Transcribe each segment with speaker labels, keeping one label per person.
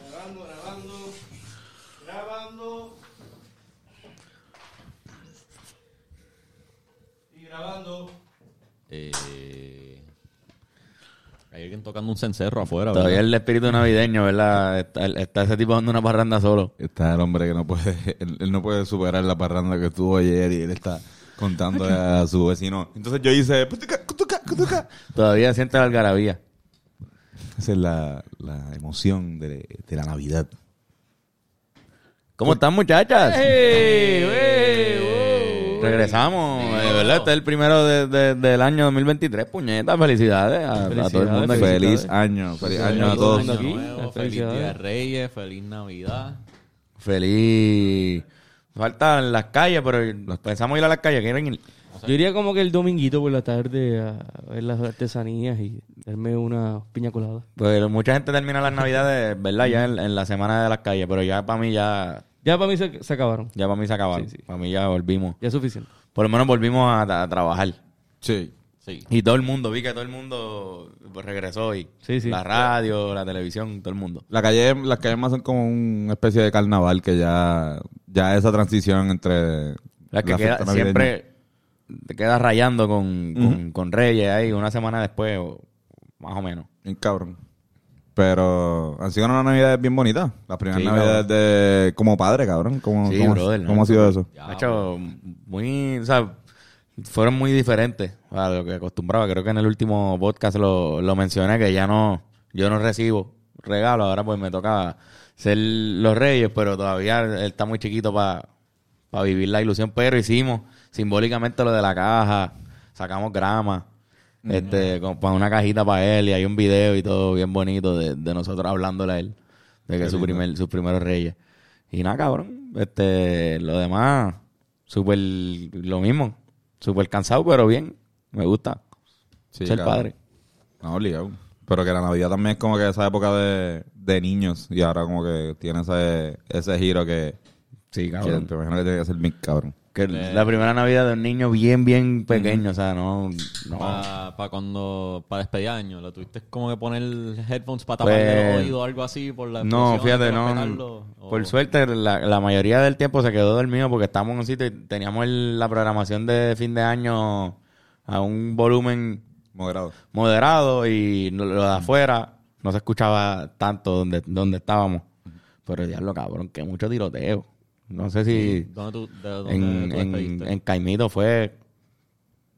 Speaker 1: grabando, grabando, grabando. Y grabando.
Speaker 2: Eh, hay alguien tocando un cencerro
Speaker 3: Ah,
Speaker 2: afuera,
Speaker 4: Todavía
Speaker 2: ¿verdad?
Speaker 4: el espíritu navideño, ¿verdad? Está, está ese tipo dando una parranda solo.
Speaker 3: Está el hombre que no puede, él, él no puede superar la parranda que tuvo ayer y él está contando a su vecino. Entonces yo hice... "Putuca, cutuca, cutuca".
Speaker 4: Todavía siente la algarabía.
Speaker 3: Esa es la, la emoción de, de la Navidad.
Speaker 4: ¿Cómo están, muchachas?
Speaker 2: oh.
Speaker 4: Regresamos, eh, ¿verdad? Este es el primero de- de- del año 2023, puñeta. Felicidades Ah, a, a todo el mundo. aquí.
Speaker 3: Feliz año, feliz año a todos.
Speaker 2: Año
Speaker 4: aquí.
Speaker 2: nuevo, feliz Día
Speaker 4: Felicidades.
Speaker 2: de Reyes, feliz Navidad.
Speaker 4: Feliz. Faltan las calles, pero pensamos ir a las calles. ¿Quieren ir?
Speaker 5: Yo iría como que el dominguito por la tarde a ver las artesanías y darme una piña colada.
Speaker 4: Pues mucha gente termina las navidades, ¿verdad? Ya en, en la semana de las calles, pero ya para mí ya,
Speaker 5: Ya para mí se, se acabaron.
Speaker 4: ya para mí se acabaron.
Speaker 5: Sí, sí.
Speaker 4: Para mí ya volvimos.
Speaker 5: Ya es suficiente.
Speaker 4: Por lo menos volvimos a, a trabajar.
Speaker 3: Sí.
Speaker 2: Sí.
Speaker 4: Y todo el mundo, vi que todo el mundo pues, regresó hoy.
Speaker 5: Sí, sí.
Speaker 4: La radio, la televisión, todo el mundo.
Speaker 3: La calle, las calles más son como una especie de carnaval que ya, ya esa transición entre...
Speaker 4: La que queda,
Speaker 3: la fiesta navideña.
Speaker 4: siempre te queda rayando con, con, con Reyes ahí una semana después, o- más o menos.
Speaker 3: Bien cabrón. Pero han sido unas navidades bien bonitas. Las primeras
Speaker 4: Sí,
Speaker 3: navidades de... Como padre, cabrón. ¿Cómo,
Speaker 4: Sí,
Speaker 3: cómo-
Speaker 4: brother,
Speaker 3: cómo
Speaker 4: ¿no?
Speaker 3: ha sido eso?
Speaker 2: Ya,
Speaker 4: Nacho, muy, o sea, fueron muy diferentes a lo que acostumbraba. Creo que en el último podcast lo, lo mencioné, que ya no, yo no recibo regalos. Ahora pues me toca ser los reyes, pero todavía él está muy chiquito para vivir la ilusión. Pero hicimos simbólicamente lo de la caja, sacamos grama. Este, con, pa' una cajita para él y hay un video y todo bien bonito de, de nosotros hablándole a él de que es su primer, sus primeros reyes. Y nada, cabrón. Este, lo demás, súper lo mismo. Súper cansado, pero bien. Me gusta
Speaker 3: Sí,
Speaker 4: ser
Speaker 3: cabrón.
Speaker 4: padre.
Speaker 3: No, obligado. Pero que la Navidad también es como que esa época de, de niños y ahora como que tiene ese, ese giro que,
Speaker 4: Sí,
Speaker 3: que me imagino que tiene que ser bien cabrón.
Speaker 4: Que
Speaker 2: Eh.
Speaker 4: la primera Navidad de un niño bien, bien pequeño. O sea, no. no.
Speaker 2: Para cuando, para despedir año, lo tuviste como que poner headphones para
Speaker 4: Pues,
Speaker 2: taparle el oído o algo así por la
Speaker 4: No,
Speaker 2: explosión,
Speaker 4: fíjate,
Speaker 2: por
Speaker 4: no.
Speaker 2: petardo, o-
Speaker 4: Por suerte, la, la mayoría del tiempo se quedó dormido porque estábamos en un sitio y teníamos el- la programación de fin de año a un volumen
Speaker 3: Moderado.
Speaker 4: moderado y no- lo de afuera no se escuchaba tanto donde, donde estábamos. Pero diablo, cabrón, que mucho tiroteo. No sé si
Speaker 2: ¿Dónde tú, de dónde
Speaker 4: en,
Speaker 2: tú
Speaker 4: en,
Speaker 2: despediste?
Speaker 4: en Caimito fue...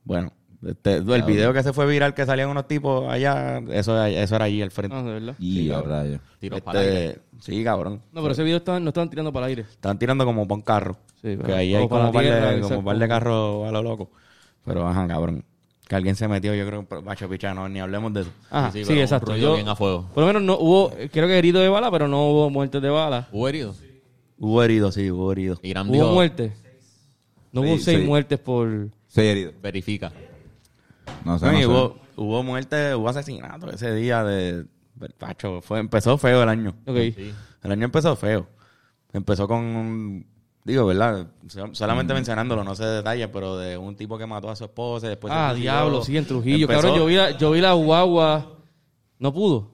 Speaker 4: Bueno, este- el video que se fue viral que salían unos tipos allá, eso, eso era allí al frente.
Speaker 5: Ah, de verdad.
Speaker 3: Y a rayo.
Speaker 2: Tiros
Speaker 4: Este,
Speaker 2: para el aire.
Speaker 4: sí, cabrón.
Speaker 5: No, pero ese video estaban, no estaban tirando para el aire.
Speaker 4: Están tirando como para un carro.
Speaker 5: Sí,
Speaker 4: que
Speaker 5: pero-
Speaker 4: ahí
Speaker 5: o
Speaker 4: hay
Speaker 5: para
Speaker 4: como
Speaker 5: la
Speaker 4: un par,
Speaker 5: tierra,
Speaker 4: de,
Speaker 5: exacto.
Speaker 4: como un par de carros a lo loco. Pero ajá, cabrón. Que alguien se metió, yo creo, pero, macho picha, no, ni hablemos de eso.
Speaker 5: Ajá,
Speaker 2: Sí,
Speaker 5: sí,
Speaker 2: sí, pero un
Speaker 5: exacto.
Speaker 2: rollo
Speaker 5: Yo-
Speaker 2: bien a fuego.
Speaker 5: Por lo menos no hubo, eh, creo que herido de bala, pero no hubo muertes de bala.
Speaker 2: ¿Hubo heridos?
Speaker 4: Hubo heridos, sí, hubo heridos.
Speaker 2: Irán
Speaker 5: ¿Hubo
Speaker 2: dijo,
Speaker 5: muertes? No hubo
Speaker 3: Sí,
Speaker 5: seis
Speaker 3: sí.
Speaker 5: muertes por...
Speaker 3: Seis heridos.
Speaker 2: verifica.
Speaker 3: No sé,
Speaker 4: No,
Speaker 3: no
Speaker 4: y
Speaker 3: sé.
Speaker 4: hubo, hubo muerte, hubo asesinato ese día de... Pacho, fue, empezó feo el año.
Speaker 5: Ok.
Speaker 2: Sí.
Speaker 4: El año empezó feo. Empezó con... un- Digo, ¿verdad? So- Solamente mencionándolo, no sé detalles, pero de un tipo que mató a su esposa y después... se
Speaker 5: ah,
Speaker 4: suicidó.
Speaker 5: diablo, sí, en Trujillo.
Speaker 4: pues, Empezó-
Speaker 5: Cabrón, yo vi, la, yo vi la guagua. No pudo.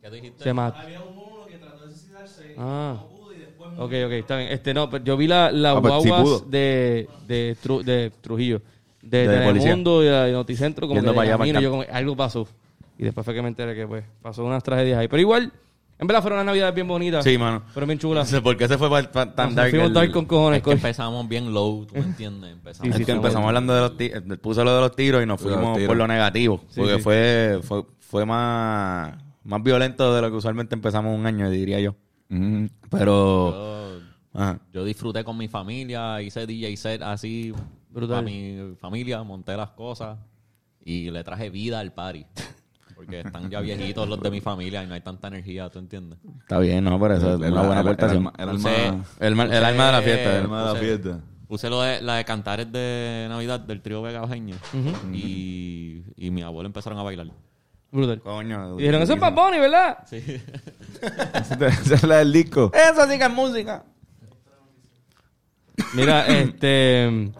Speaker 2: ¿Qué tú dijiste?
Speaker 5: Se mató.
Speaker 1: Había un uno que trató de suicidarse,
Speaker 5: Ah.
Speaker 1: no pudo y después
Speaker 5: Ok, ok, está bien. Este, no, pero yo vi la, la
Speaker 3: Ah,
Speaker 4: pues
Speaker 3: pero sí
Speaker 5: guaguas
Speaker 3: pudo.
Speaker 5: de, de, Tru- de Trujillo. De,
Speaker 4: De
Speaker 5: Telemundo y de Noticentro. Como
Speaker 4: Yendo
Speaker 5: que de
Speaker 4: para allá,
Speaker 5: camino,
Speaker 4: para acá.
Speaker 5: yo como, algo pasó. Y después fue que me enteré que pues pasó unas tragedias ahí. Pero igual, en verdad fueron unas navidades bien bonitas.
Speaker 4: Sí, mano.
Speaker 5: Fueron bien
Speaker 4: No
Speaker 5: chulas.
Speaker 4: sé por qué se fue pa- pa- tan
Speaker 5: Nos
Speaker 4: dark.
Speaker 5: fuimos
Speaker 4: el-
Speaker 5: dark con cojones.
Speaker 2: Es que
Speaker 5: coño.
Speaker 2: empezamos bien low, ¿tú me entiendes? Empezamos
Speaker 4: Es
Speaker 5: Sí, sí,
Speaker 4: que empezamos
Speaker 5: bueno.
Speaker 4: hablando de los tiros, puso lo de los tiros y nos
Speaker 3: Lo de los
Speaker 4: fuimos
Speaker 3: tiros.
Speaker 4: por lo negativo.
Speaker 5: Sí,
Speaker 4: porque
Speaker 5: sí.
Speaker 4: Fue, fue, fue más, más violento de lo que usualmente empezamos un año, diría yo.
Speaker 3: Ujú.
Speaker 4: Pero.
Speaker 2: Yo,
Speaker 4: Ajá.
Speaker 2: yo disfruté con mi familia, hice DJ set así
Speaker 5: Brutal.
Speaker 2: para mi familia, monté las cosas y le traje vida al party. Porque están ya viejitos los de mi familia y no hay tanta energía, ¿tú entiendes?
Speaker 4: Está bien, ¿no? Pero eso es
Speaker 3: El-
Speaker 4: una
Speaker 3: el-
Speaker 4: buena
Speaker 3: el-
Speaker 4: aportación.
Speaker 3: el- el
Speaker 2: Puse-
Speaker 3: alma-
Speaker 4: El, ma- el alma de la fiesta.
Speaker 2: Eh,
Speaker 4: el-
Speaker 3: alma de la
Speaker 2: puse-
Speaker 3: fiesta.
Speaker 2: Puse lo de, la de cantares de Navidad del trío Vega Ojeña y, y mi abuelo empezaron a bailar.
Speaker 5: Brutal.
Speaker 4: Coño.
Speaker 5: Y dijeron, eso es Bad Bunny, ¿verdad?
Speaker 3: Esa es la del disco.
Speaker 4: Eso sí que es música.
Speaker 5: Mira, este.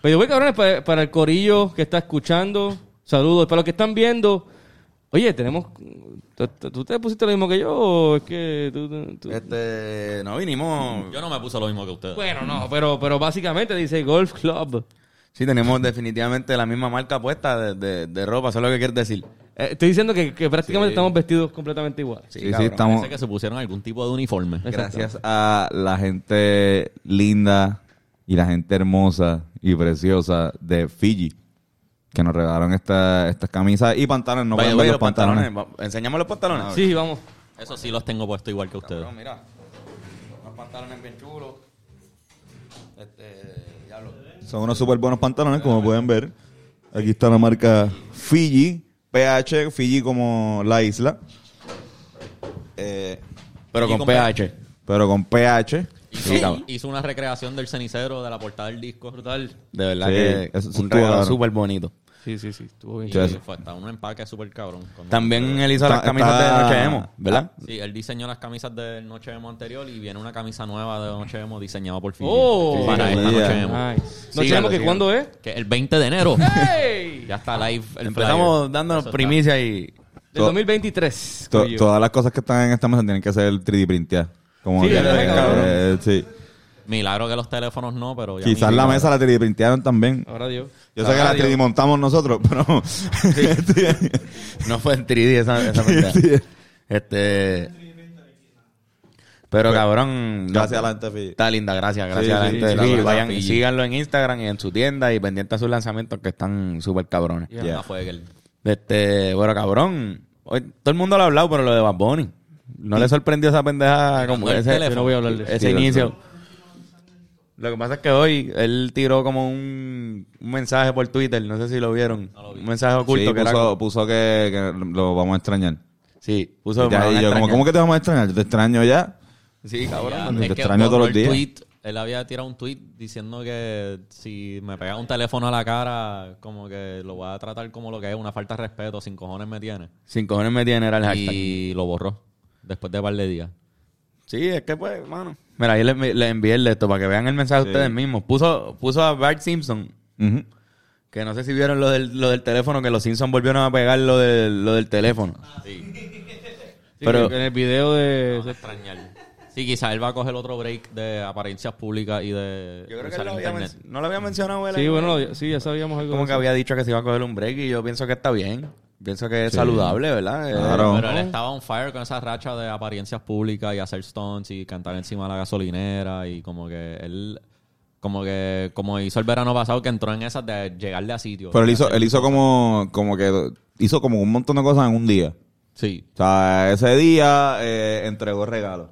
Speaker 5: Pero yo voy, cabrones, para, para el corillo que está escuchando. Saludos. Para los que están viendo, Oye, tenemos. ¿tú- ¿Tú tú te pusiste lo mismo que yo? o es que tú- tú- tú-
Speaker 3: Eh,
Speaker 4: Este, no vinimos.
Speaker 2: Yo no me puse lo mismo que ustedes.
Speaker 5: Bueno, no, pero, pero básicamente dice Golf Club.
Speaker 4: Sí, tenemos definitivamente la misma marca puesta de, de- de ropa, eso es lo que quieres decir.
Speaker 5: Eh, estoy diciendo que, que prácticamente estamos vestidos completamente iguales.
Speaker 3: Sí, sí,
Speaker 4: cabrón.
Speaker 3: estamos.
Speaker 2: Parece que se pusieron algún tipo de uniforme.
Speaker 3: Gracias a la gente linda y la gente hermosa y preciosa de Fiji que nos regalaron esta- estas camisas y pantalones. No
Speaker 4: Vaya,
Speaker 3: pueden
Speaker 4: vaya,
Speaker 3: ver
Speaker 4: los
Speaker 3: los pantalones.
Speaker 4: pantalones, va- Enseñamos los
Speaker 3: Ah,
Speaker 4: pantalones.
Speaker 5: Sí, vamos.
Speaker 2: Eso sí los tengo puesto igual que ustedes.
Speaker 4: Cabrón, mira. Unos pantalones bien chulos. Este, diablo.
Speaker 3: Son unos súper buenos pantalones, como pueden ver. Aquí está la marca Fiji, PH, Fiji como la isla. Eh,
Speaker 4: Pero
Speaker 2: Y
Speaker 4: con
Speaker 2: con
Speaker 4: PH.
Speaker 3: pero con PH.
Speaker 2: Hizo,
Speaker 4: Sí, cabrón.
Speaker 2: hizo una recreación del cenicero de la portada del disco. Brutal.
Speaker 4: De verdad
Speaker 3: Sí,
Speaker 4: que
Speaker 3: eso- eso
Speaker 4: un
Speaker 3: estuvo
Speaker 4: regalo
Speaker 3: cabrón.
Speaker 4: súper bonito.
Speaker 5: Sí, sí, sí, estuvo bien.
Speaker 2: Pues Y
Speaker 3: Sí.
Speaker 2: fue hasta un empaque súper cabrón. Con-
Speaker 4: También él hizo
Speaker 3: Está-
Speaker 4: las camisas
Speaker 3: está-
Speaker 4: de Noche Emo, ¿verdad?
Speaker 2: Sí, él diseñó las camisas de Noche Emo anterior y viene una camisa nueva de Noche Emo diseñada por Fiji.
Speaker 5: Oh.
Speaker 2: para
Speaker 3: Sí,
Speaker 2: esta
Speaker 3: ya.
Speaker 2: Noche Emo.
Speaker 5: Nice. No
Speaker 4: Sígalo,
Speaker 5: sabemos que
Speaker 4: sígalo.
Speaker 5: cuándo es.
Speaker 2: Que el 20 de enero
Speaker 5: ¡Ey!
Speaker 2: ya está live. el
Speaker 4: Empezamos
Speaker 2: flyer.
Speaker 4: dándonos
Speaker 2: Eso está.
Speaker 4: primicia y...
Speaker 5: Del 2023.
Speaker 3: To-
Speaker 5: coño.
Speaker 3: todas las cosas que están en esta mesa tienen que ser 3D printeadas. Como
Speaker 5: Sí,
Speaker 3: que-
Speaker 5: ¿verdad,
Speaker 3: eh,
Speaker 5: cabrón?
Speaker 3: eh, sí.
Speaker 2: Milagro que los teléfonos no, pero ya.
Speaker 3: Quizás la mesa la 3D printearon también.
Speaker 5: Ahora Dios.
Speaker 3: Yo sé que la 3D montamos nosotros, pero.
Speaker 4: No fue en 3D esa, esa pendeja. Este... Pero cabrón...
Speaker 3: Pues, Gracias a
Speaker 4: no-
Speaker 3: la gente de Fiji.
Speaker 4: Está linda, gracias, gracias
Speaker 3: Sí,
Speaker 4: a la
Speaker 3: sí,
Speaker 4: gente.
Speaker 3: sí,
Speaker 4: de Fiji.
Speaker 3: sí,
Speaker 4: Vayan,
Speaker 3: sí.
Speaker 4: síganlo en Instagram y en su tienda y pendiente a sus lanzamientos que están súper cabrones.
Speaker 5: Yeah.
Speaker 2: Ya fue que el-
Speaker 4: Este, bueno, cabrón. Hoy, todo el mundo lo ha hablado, pero lo de Bad Bunny. ¿No le sorprendió esa pendeja como
Speaker 2: el
Speaker 4: ese,
Speaker 2: teléfono. Yo no voy a hablar
Speaker 5: de
Speaker 4: ese
Speaker 5: eso.
Speaker 3: Sí,
Speaker 4: inicio? Lo que pasa es que hoy él tiró como un, un mensaje por Twitter, no sé si lo vieron. Un mensaje oculto
Speaker 3: Sí,
Speaker 4: que era
Speaker 3: puso,
Speaker 4: como-
Speaker 3: puso que, que lo vamos a extrañar.
Speaker 4: Sí, puso.
Speaker 3: Ya,
Speaker 4: me van
Speaker 3: y
Speaker 4: a
Speaker 3: yo, como,
Speaker 4: extrañar.
Speaker 3: ¿cómo que te vamos a extrañar? Yo te extraño ya.
Speaker 4: Sí, cabrón.
Speaker 2: Ya,
Speaker 3: no,
Speaker 2: es
Speaker 3: te
Speaker 2: que
Speaker 3: extraño todos los
Speaker 2: el
Speaker 3: días.
Speaker 2: tweet, él había tirado un tweet diciendo que si me pegaba un teléfono a la cara, como que lo voy a tratar como lo que es, una falta de respeto, sin cojones me tiene.
Speaker 4: Sin cojones me tiene era el hashtag.
Speaker 2: Y lo borró después de un par de días.
Speaker 4: Sí, es que pues, mano. Mira, ahí les les envié el de esto para que vean el mensaje
Speaker 3: Sí.
Speaker 4: ustedes mismos. Puso, puso a Bart Simpson,
Speaker 3: Ujú.
Speaker 4: que no sé si vieron lo del, lo del teléfono, que los Simpsons volvieron a pegar lo, del- lo del teléfono.
Speaker 5: Sí,
Speaker 4: Pero-
Speaker 5: que en el video de.
Speaker 2: Extrañar. Sí, quizás él va a coger otro break de apariencias públicas y de
Speaker 4: Yo creo que
Speaker 2: usar
Speaker 4: él lo había
Speaker 2: internet.
Speaker 4: men- no lo había mencionado él.
Speaker 5: Sí, bueno, lo- sí, ya sabíamos algo.
Speaker 4: Como
Speaker 5: de
Speaker 4: que
Speaker 5: eso.
Speaker 4: había dicho que se iba a coger un break y yo pienso que está bien. Pienso que es saludable, ¿verdad? Eh,
Speaker 3: Claro.
Speaker 2: Pero él estaba on fire con esa racha de apariencias públicas y hacer stunts y cantar encima de la gasolinera y como que él como que como hizo el verano pasado que entró en esas de llegarle a sitio.
Speaker 3: Pero él hizo, él hizo como, como que hizo como un montón de cosas en un día.
Speaker 2: Sí.
Speaker 3: O sea, ese día eh, entregó regalos.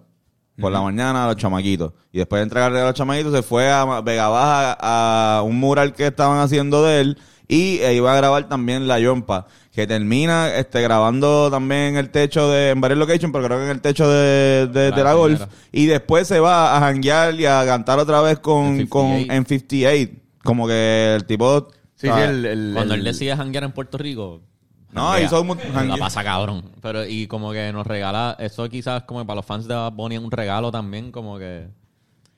Speaker 3: Por la mañana a los chamaquitos. Y después de entregar regalos a los chamaquitos, se fue a Ma- Vega Baja a un mural que estaban haciendo de él. Y eh, iba a grabar también La Yompa. Que termina este, grabando también en el techo de. En varias locations, pero creo que en el techo de, de,
Speaker 2: La
Speaker 3: de la Golf.
Speaker 2: primera.
Speaker 3: Y después se va a janguear y a cantar otra vez con,
Speaker 2: En
Speaker 3: con
Speaker 2: 58.
Speaker 3: en 58. Como que el tipo.
Speaker 4: Sí,
Speaker 3: o
Speaker 4: sí,
Speaker 3: sea,
Speaker 4: el, el-
Speaker 2: Cuando él
Speaker 4: el-
Speaker 2: decide janguear en Puerto Rico.
Speaker 3: No,
Speaker 2: janguea.
Speaker 3: hizo un mon-
Speaker 2: La
Speaker 3: jangue-
Speaker 2: pasa cabrón. Pero y como que nos regala eso quizás como para los fans de Bad Bunny es un regalo también como que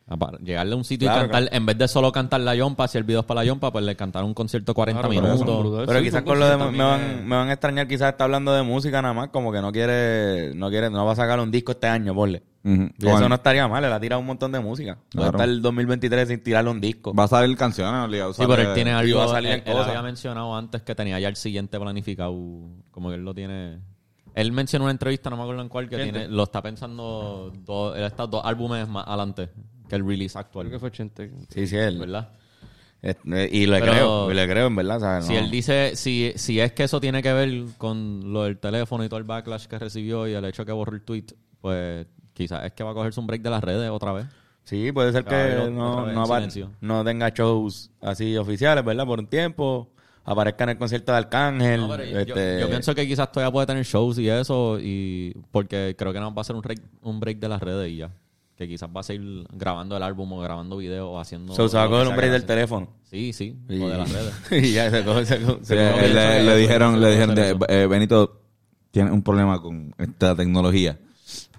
Speaker 2: apa- Llegarle a un sitio
Speaker 4: Claro,
Speaker 2: y cantar, en vez de solo cantar la yompa, si el video es para la yompa, pues le cantaron un concierto 40
Speaker 5: Claro,
Speaker 2: minutos.
Speaker 5: pero eso es brutal.
Speaker 4: Pero
Speaker 5: Sí,
Speaker 4: quizás
Speaker 5: fue un
Speaker 4: con lo de me
Speaker 5: concierto
Speaker 4: van, me van a extrañar, quizás está hablando de música nada más, como que no quiere, no quiere, no va a sacar un disco este año, porle.
Speaker 3: Ujú.
Speaker 4: Y eso no estaría mal, él ha tirado un montón de música. Va a
Speaker 3: Claro.
Speaker 4: estar el 2023 sin tirarle un disco.
Speaker 3: Va a salir canciones, obligado. o
Speaker 2: Sí,
Speaker 3: sea,
Speaker 2: pero él
Speaker 3: que-
Speaker 2: tiene
Speaker 4: iba
Speaker 2: algo.
Speaker 4: a salir en
Speaker 2: él, él
Speaker 4: cosas.
Speaker 2: había mencionado antes que tenía ya el siguiente planificado. Como que él lo tiene. Él mencionó en una entrevista, no me acuerdo en cuál, que
Speaker 5: Gente.
Speaker 2: tiene, lo está pensando. Dos, él está dos álbumes más adelante que el release
Speaker 5: Creo que
Speaker 2: actual.
Speaker 5: fue 80.
Speaker 4: Sí, sí, él.
Speaker 2: ¿Verdad?
Speaker 4: Este, y le
Speaker 2: Pero-
Speaker 4: creo, y le creo, en verdad. o sea,
Speaker 2: Si
Speaker 4: no.
Speaker 2: él dice, si, si es que eso tiene que ver con lo del teléfono y todo el backlash que recibió y el hecho que borró el tweet, pues quizás es que va a cogerse un break de las redes otra vez.
Speaker 4: Sí, puede ser que
Speaker 2: Caballero,
Speaker 4: no,
Speaker 2: otra vez,
Speaker 4: no, apar-
Speaker 2: silencio.
Speaker 4: no tenga shows así oficiales, ¿verdad? Por un tiempo. Aparezca en el concierto de Arcángel.
Speaker 2: No, pero yo-
Speaker 4: este,
Speaker 2: yo, yo pienso que quizás todavía puede tener shows y eso, y porque creo que nos va a hacer un, break- un break de las redes y ya. Que quizás va a seguir grabando el álbum o grabando videos o haciendo.
Speaker 4: so, se va a
Speaker 2: lo
Speaker 4: coger
Speaker 2: que
Speaker 4: un
Speaker 2: sea
Speaker 4: break
Speaker 2: que
Speaker 4: del
Speaker 2: hace.
Speaker 4: teléfono.
Speaker 2: Sí, sí,
Speaker 4: Y,
Speaker 2: o de las redes.
Speaker 4: y ya se coge. Se, coge-
Speaker 3: Sí,
Speaker 4: se coge-
Speaker 3: él le,
Speaker 2: eso,
Speaker 3: le
Speaker 2: eso,
Speaker 3: dijeron,
Speaker 2: eso,
Speaker 3: le
Speaker 2: eso,
Speaker 3: dijeron,
Speaker 2: eso.
Speaker 3: "Eh, eh, Benito, tienes un problema con esta tecnología.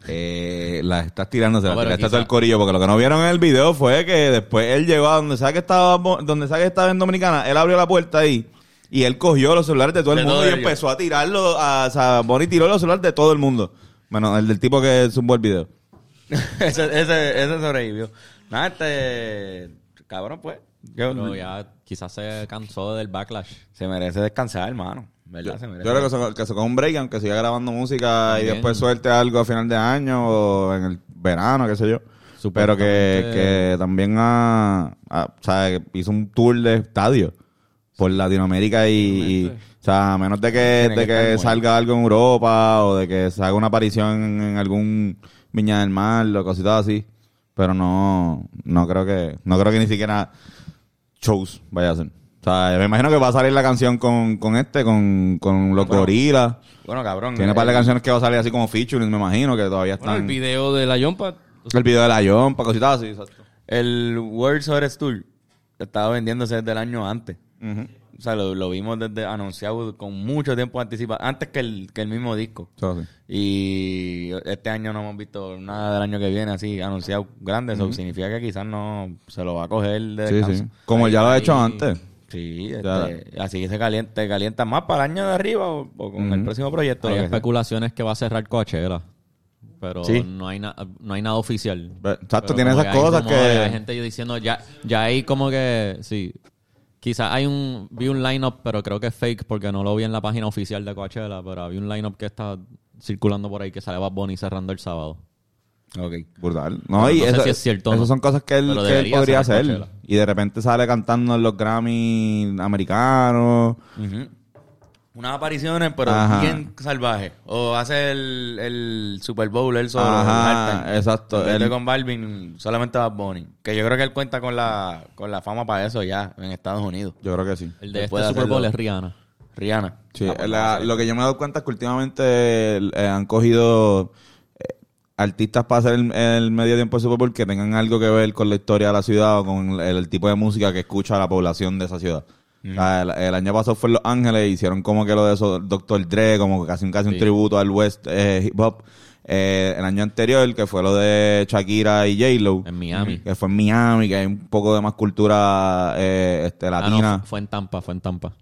Speaker 3: Eh, la estás tirando, se la
Speaker 2: No, pero
Speaker 3: tiraste a todo el
Speaker 2: quizá-
Speaker 3: corillo, porque lo que no vieron en el video fue que después él llegó a donde sabe que estaba, donde sabe que estaba en Dominicana, él abrió la puerta ahí. Y él cogió los celulares de todo el
Speaker 4: De
Speaker 3: mundo
Speaker 4: todo
Speaker 3: y
Speaker 4: ello.
Speaker 3: empezó a tirarlo. A, o sea, Bonnie tiró los celulares de todo el mundo. Bueno, el del tipo que zumbó el video.
Speaker 4: ese, ese, ese sobrevivió. Nada, este. Cabrón, pues. Yo-
Speaker 2: Pero ya quizás se cansó del backlash.
Speaker 4: Se merece descansar, hermano. ¿Verdad? Se
Speaker 3: Yo
Speaker 4: merece.
Speaker 3: creo que se, que se coja un break, aunque siga grabando música y
Speaker 2: También.
Speaker 3: después suelte algo a final de año o en el verano, qué sé yo. Pero que,
Speaker 2: Supuestamente-
Speaker 3: que también ha- ha- o sea, que hizo un tour de estadio por Latinoamérica y, y- o sea, a menos de que,
Speaker 4: Tiene que
Speaker 3: de
Speaker 4: estar
Speaker 3: que
Speaker 4: muy-
Speaker 3: salga algo en Europa o de que se haga una aparición en, en algún Viña del Mar o cositas así. Pero no, no creo que, no creo que ni siquiera shows vaya a hacer. O sea, me imagino que va a salir la canción con, con este, con, con los
Speaker 4: Bueno,
Speaker 3: gorilas.
Speaker 4: Bueno, cabrón.
Speaker 3: Tiene un par de
Speaker 4: eh,
Speaker 3: canciones que va a salir así como featuring, me imagino, que todavía
Speaker 5: Bueno,
Speaker 3: están.
Speaker 5: el video de la Yompa.
Speaker 3: el video de la Yompa, cositas así, exacto.
Speaker 4: El World Source Tour estaba vendiéndose desde el año antes.
Speaker 3: Ujú.
Speaker 4: O sea, lo, lo vimos desde anunciado con mucho tiempo anticipado, antes que el, que el mismo disco.
Speaker 3: Eso sí.
Speaker 4: Y este año no hemos visto nada del año que viene así anunciado grande. Eso significa que quizás no se lo va a coger de
Speaker 3: Sí,
Speaker 4: descanso.
Speaker 3: sí. Como ya lo ha hecho antes.
Speaker 4: Sí, este,
Speaker 3: Ya.
Speaker 4: así que se calienta, te calienta más para el año de arriba o, o con el
Speaker 3: Ujú.
Speaker 4: próximo proyecto.
Speaker 2: Hay
Speaker 4: lo que sea.
Speaker 2: especulaciones que va a cerrar Coachella. Pero
Speaker 4: Sí.
Speaker 2: no, hay na- no hay nada oficial.
Speaker 3: Pero, exacto,
Speaker 2: Pero
Speaker 3: tiene
Speaker 2: como
Speaker 3: esas
Speaker 2: hay
Speaker 3: cosas
Speaker 2: rumores,
Speaker 3: que-
Speaker 2: Hay gente diciendo, ya, ya hay como que... Sí. Quizás hay un... Vi un lineup, pero creo que es fake porque no lo vi en la página oficial de Coachella. Pero había un lineup que está circulando por ahí que sale Bad Bunny cerrando el sábado.
Speaker 4: Ok.
Speaker 3: Brutal. No,
Speaker 2: Pero
Speaker 3: y
Speaker 2: no sé
Speaker 3: eso,
Speaker 2: si es cierto o
Speaker 3: esas
Speaker 2: no.
Speaker 3: son cosas que él,
Speaker 2: Pero
Speaker 3: que él
Speaker 2: debería
Speaker 3: podría
Speaker 2: ser
Speaker 3: hacer.
Speaker 2: Coachella.
Speaker 3: Y de repente sale cantando en los Grammy americanos.
Speaker 4: Ujú. Unas apariciones, pero
Speaker 3: Ajá.
Speaker 4: bien salvajes. O hace el, el Super Bowl él solo.
Speaker 3: Ajá,
Speaker 4: el halftime.
Speaker 3: exacto.
Speaker 4: En vez de
Speaker 3: Él-
Speaker 4: con Balvin, solamente Bad Bunny. Que yo creo que él cuenta con la, con la fama para eso ya en Estados Unidos.
Speaker 3: Yo creo que sí.
Speaker 2: El de este
Speaker 4: Después de
Speaker 2: Super Bowl
Speaker 4: hacerlo.
Speaker 2: es Rihanna.
Speaker 4: Rihanna.
Speaker 3: Sí,
Speaker 4: Ah, pues,
Speaker 3: la- lo que yo me he dado cuenta es que últimamente eh, han cogido eh, artistas para hacer el, el medio tiempo del Super Bowl que tengan algo que ver con la historia de la ciudad o con el, el tipo de música que escucha la población de esa ciudad.
Speaker 2: Mm.
Speaker 3: O sea, el, el año pasado fue en Los Ángeles, hicieron como que lo de eso, Dr. Dre, como casi, un- casi un
Speaker 2: Sí.
Speaker 3: tributo al West eh, Hip Hop. Eh, el año anterior, que fue lo de Shakira y J-Lo.
Speaker 2: En Miami.
Speaker 3: Que fue en Miami, que hay un poco de más cultura eh, este,
Speaker 2: Ah,
Speaker 3: latina.
Speaker 2: no, fue en Tampa, fue en Tampa.
Speaker 3: Eh,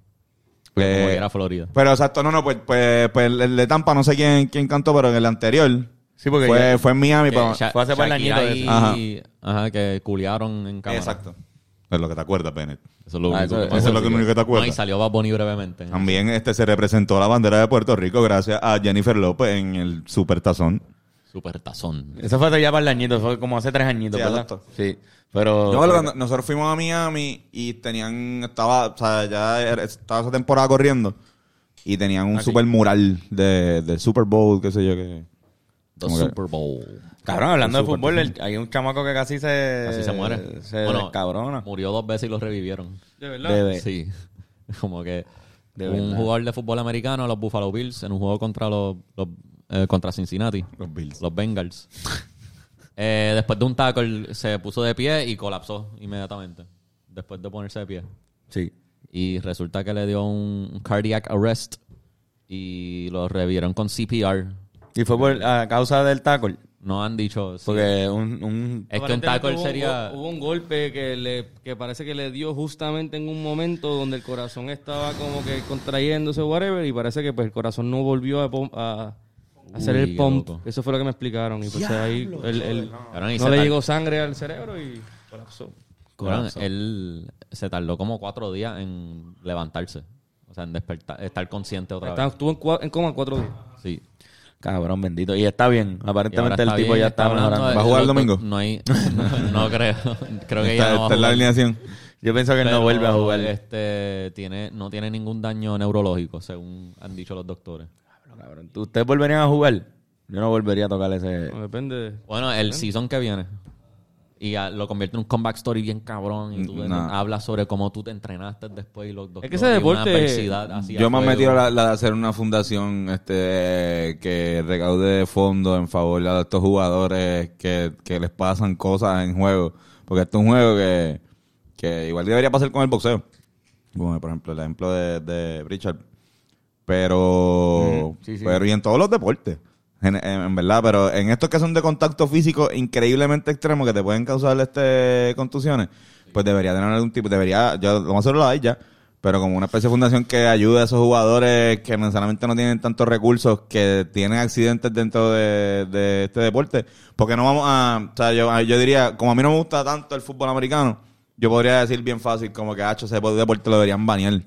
Speaker 2: como que era Florida.
Speaker 3: pero exacto, no, no, pues, pues, pues el de Tampa, no sé quién, quién cantó, pero en el anterior.
Speaker 4: Sí, porque
Speaker 3: fue,
Speaker 4: ya-
Speaker 3: fue en Miami.
Speaker 2: Que
Speaker 3: pero-
Speaker 2: Sha-
Speaker 4: fue hace par de
Speaker 2: Shakira
Speaker 4: añitos
Speaker 2: y-
Speaker 3: eso.
Speaker 2: Ajá, que culiaron en cámara.
Speaker 3: exacto. Es lo que te acuerdas, Bennett.
Speaker 2: Eso es lo
Speaker 4: Ah,
Speaker 2: único
Speaker 4: eso-
Speaker 2: que
Speaker 3: Eso,
Speaker 2: pasó.
Speaker 3: es lo que único que te
Speaker 2: No, y
Speaker 3: acuerdas.
Speaker 2: salió Bad Bunny brevemente.
Speaker 3: También este, se representó la bandera de Puerto Rico gracias a Jennifer López en el Super Tazón.
Speaker 2: Super tazón.
Speaker 4: Eso fue hace ya para el añito, fue como hace tres añitos,
Speaker 3: Sí,
Speaker 4: ¿verdad?
Speaker 3: exacto.
Speaker 4: Sí. Pero.
Speaker 3: Yo me acuerdo cuando nosotros fuimos a Miami y tenían, estaba, o sea, ya era- estaba esa temporada corriendo y tenían
Speaker 2: Ah,
Speaker 3: un super mural de, del Super Bowl, qué sé yo, que...
Speaker 2: The
Speaker 3: Como que-
Speaker 2: Super Bowl.
Speaker 4: Cabrón, hablando de
Speaker 3: Súper
Speaker 4: fútbol, el- hay un chamaco que casi se.
Speaker 2: Así se muere.
Speaker 4: Se cabrona.
Speaker 2: Murió dos veces y lo revivieron.
Speaker 5: Eh, De
Speaker 4: Bebé.
Speaker 2: Sí. Como que
Speaker 4: De
Speaker 2: un
Speaker 4: verdad.
Speaker 2: jugador de fútbol americano, los Buffalo Bills, en un juego contra los, los, eh, contra Cincinnati.
Speaker 3: Los Bills.
Speaker 2: Los Bengals. Eh, después de un tackle se puso de pie y colapsó inmediatamente. Después de ponerse de pie.
Speaker 4: Sí.
Speaker 2: Y resulta que le dio un cardiac arrest y lo revivieron con CPR.
Speaker 4: Y fue por, a causa del tackle.
Speaker 2: No han dicho. sí.
Speaker 4: Porque un, un
Speaker 2: Es que un tackle
Speaker 5: hubo,
Speaker 2: sería.
Speaker 5: Hubo un golpe que, le, que parece que le dio justamente en un momento donde el corazón estaba como que contrayéndose, whatever, y parece que pues el corazón no volvió a, pom- a- a hacer
Speaker 2: Uy,
Speaker 5: el
Speaker 2: qué
Speaker 5: pump.
Speaker 2: loco.
Speaker 5: Eso fue lo que me explicaron. Y pues ahí el- el-
Speaker 2: Cabrón, y
Speaker 5: no
Speaker 2: se
Speaker 5: le
Speaker 2: tar-
Speaker 5: llegó sangre al cerebro y colapsó.
Speaker 2: Cabrón,
Speaker 4: colapsó.
Speaker 2: él se tardó como cuatro días en levantarse. O sea, en despertar, estar consciente otra
Speaker 5: Está-
Speaker 2: vez.
Speaker 5: estuvo en, cua- en coma cuatro días.
Speaker 2: Sí.
Speaker 4: Cabrón bendito. Y está bien.
Speaker 2: Y ahora
Speaker 4: Aparentemente el
Speaker 2: está
Speaker 4: tipo
Speaker 2: bien,
Speaker 4: ya está
Speaker 2: hablando
Speaker 4: mejorando.
Speaker 2: de-
Speaker 3: ¿Va a jugar el
Speaker 2: no-
Speaker 3: domingo?
Speaker 2: No hay. No, creo. Creo que
Speaker 3: Esta-
Speaker 2: ya no va a
Speaker 3: esta es la
Speaker 2: jugar.
Speaker 3: alineación.
Speaker 4: Yo pienso que él no
Speaker 2: Pero,
Speaker 4: vuelve a jugar.
Speaker 2: Este, tiene, no tiene ningún daño neurológico, según han dicho los doctores.
Speaker 4: Cabrón, ¿tú- ¿Ustedes volverían a jugar? Yo no volvería a tocar ese.
Speaker 5: Bueno, depende. de-
Speaker 2: Bueno, el season que viene. Y ah, lo convierte en un comeback story bien cabrón. Y tú
Speaker 3: No.
Speaker 2: en- hablas sobre cómo tú te entrenaste después y los
Speaker 5: Es que
Speaker 2: doctores y
Speaker 5: ese
Speaker 2: una
Speaker 5: deporte-
Speaker 2: adversidad hacia
Speaker 3: Yo me he
Speaker 2: fuego.
Speaker 3: metido la, la de hacer una fundación este que recaude fondos en favor de estos jugadores que, que les pasan cosas en juego. Porque esto es un juego que, que igual debería pasar con el boxeo. Como por ejemplo el ejemplo de, de Richard. Pero,
Speaker 4: Eh, sí, sí.
Speaker 3: pero y en todos los deportes. En, en- en verdad, pero en estos que son de contacto físico increíblemente extremo que te pueden causar este contusiones, pues debería tener algún tipo, debería, yo lo más seguro lo hay ya, Pero como una especie de fundación que ayuda a esos jugadores que necesariamente no tienen tantos recursos, que tienen accidentes dentro de, de este deporte. Porque no vamos a... O sea, yo, yo diría, como a mí no me gusta tanto el fútbol americano, yo podría decir bien fácil como que, hacho, ese deporte lo deberían banear.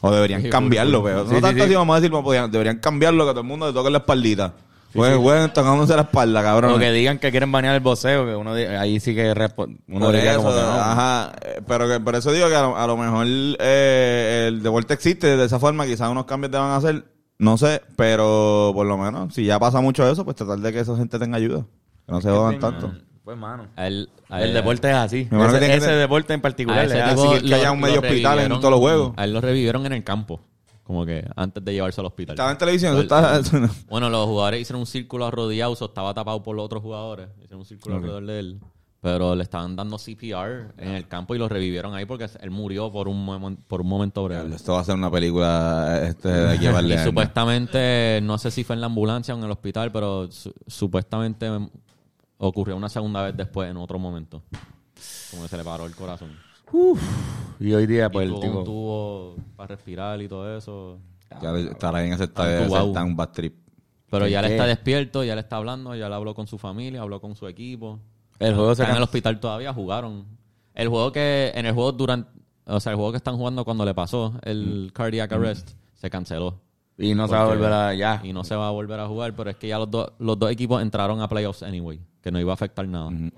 Speaker 3: O deberían cambiarlo, pero
Speaker 4: Sí,
Speaker 3: no
Speaker 4: sí,
Speaker 3: tanto
Speaker 4: sí.
Speaker 3: así vamos a decir, podían- deberían cambiarlo, que a todo el mundo le toque la espaldita. Pues, güey, tocándose la espalda, cabrón.
Speaker 4: O que digan que quieren banear el voceo, que uno di- ahí sí que respo- uno
Speaker 3: Por
Speaker 4: diría
Speaker 3: eso,
Speaker 4: como que no.
Speaker 3: ajá. Eh, Pero que, por eso digo que a lo, a lo mejor eh, el deporte existe de esa forma, quizás unos cambios te van a hacer, no sé, pero por lo menos, si ya pasa mucho eso, pues tratar de que esa gente tenga ayuda. Que no se jodan tanto.
Speaker 4: Pues, mano.
Speaker 2: A él- a
Speaker 4: El
Speaker 2: él-
Speaker 4: deporte es así.
Speaker 3: Mi hermano
Speaker 4: Ese,
Speaker 3: que tiene que
Speaker 4: ese
Speaker 3: tener-
Speaker 4: deporte en particular.
Speaker 2: a Eh, Ah, ese
Speaker 4: es así.
Speaker 2: tipo
Speaker 3: así que
Speaker 2: lo-
Speaker 3: haya un
Speaker 2: lo
Speaker 3: medio hospital en
Speaker 2: revivieron-
Speaker 3: todos los juegos.
Speaker 2: A él lo revivieron en el campo. Como que antes de llevarse al hospital.
Speaker 3: Estaba en televisión, eso está- eso no.
Speaker 2: Bueno, los jugadores hicieron un círculo arrodillado, so estaba tapado por los otros jugadores. Hicieron un círculo alrededor de él. Pero le estaban dando CPR en el campo y lo revivieron ahí porque él murió por un, momen- por un momento breve.
Speaker 3: Esto va a ser una película este, de aquí a par de
Speaker 2: Y
Speaker 3: años.
Speaker 2: supuestamente, no sé si fue en la ambulancia o en el hospital, pero su- supuestamente ocurrió una segunda vez después, en otro momento. Como que se le paró el corazón.
Speaker 4: Y hoy día,
Speaker 2: Y
Speaker 4: pues, el
Speaker 2: tuvo un
Speaker 4: tipo...
Speaker 2: tubo para respirar y todo eso.
Speaker 3: Ya estará bien aceptado,
Speaker 2: Ah, tú, wow.
Speaker 3: aceptar un bad trip.
Speaker 2: Pero ya
Speaker 4: ¿Qué?
Speaker 2: le está despierto, ya le está hablando, ya le habló con su familia, habló con su equipo.
Speaker 4: El juego se
Speaker 2: Está en el
Speaker 4: can-
Speaker 2: hospital todavía, jugaron. El juego que, en el juego durante, o sea, el juego que están jugando cuando le pasó el
Speaker 4: Mm.
Speaker 2: cardiac arrest, se canceló.
Speaker 4: Y no se va a
Speaker 2: Porque-
Speaker 4: volver a... Ya.
Speaker 2: Y no se va a volver a jugar, pero es que ya los, dos los dos equipos entraron a playoffs anyway, que no iba a afectar nada.
Speaker 4: Mm.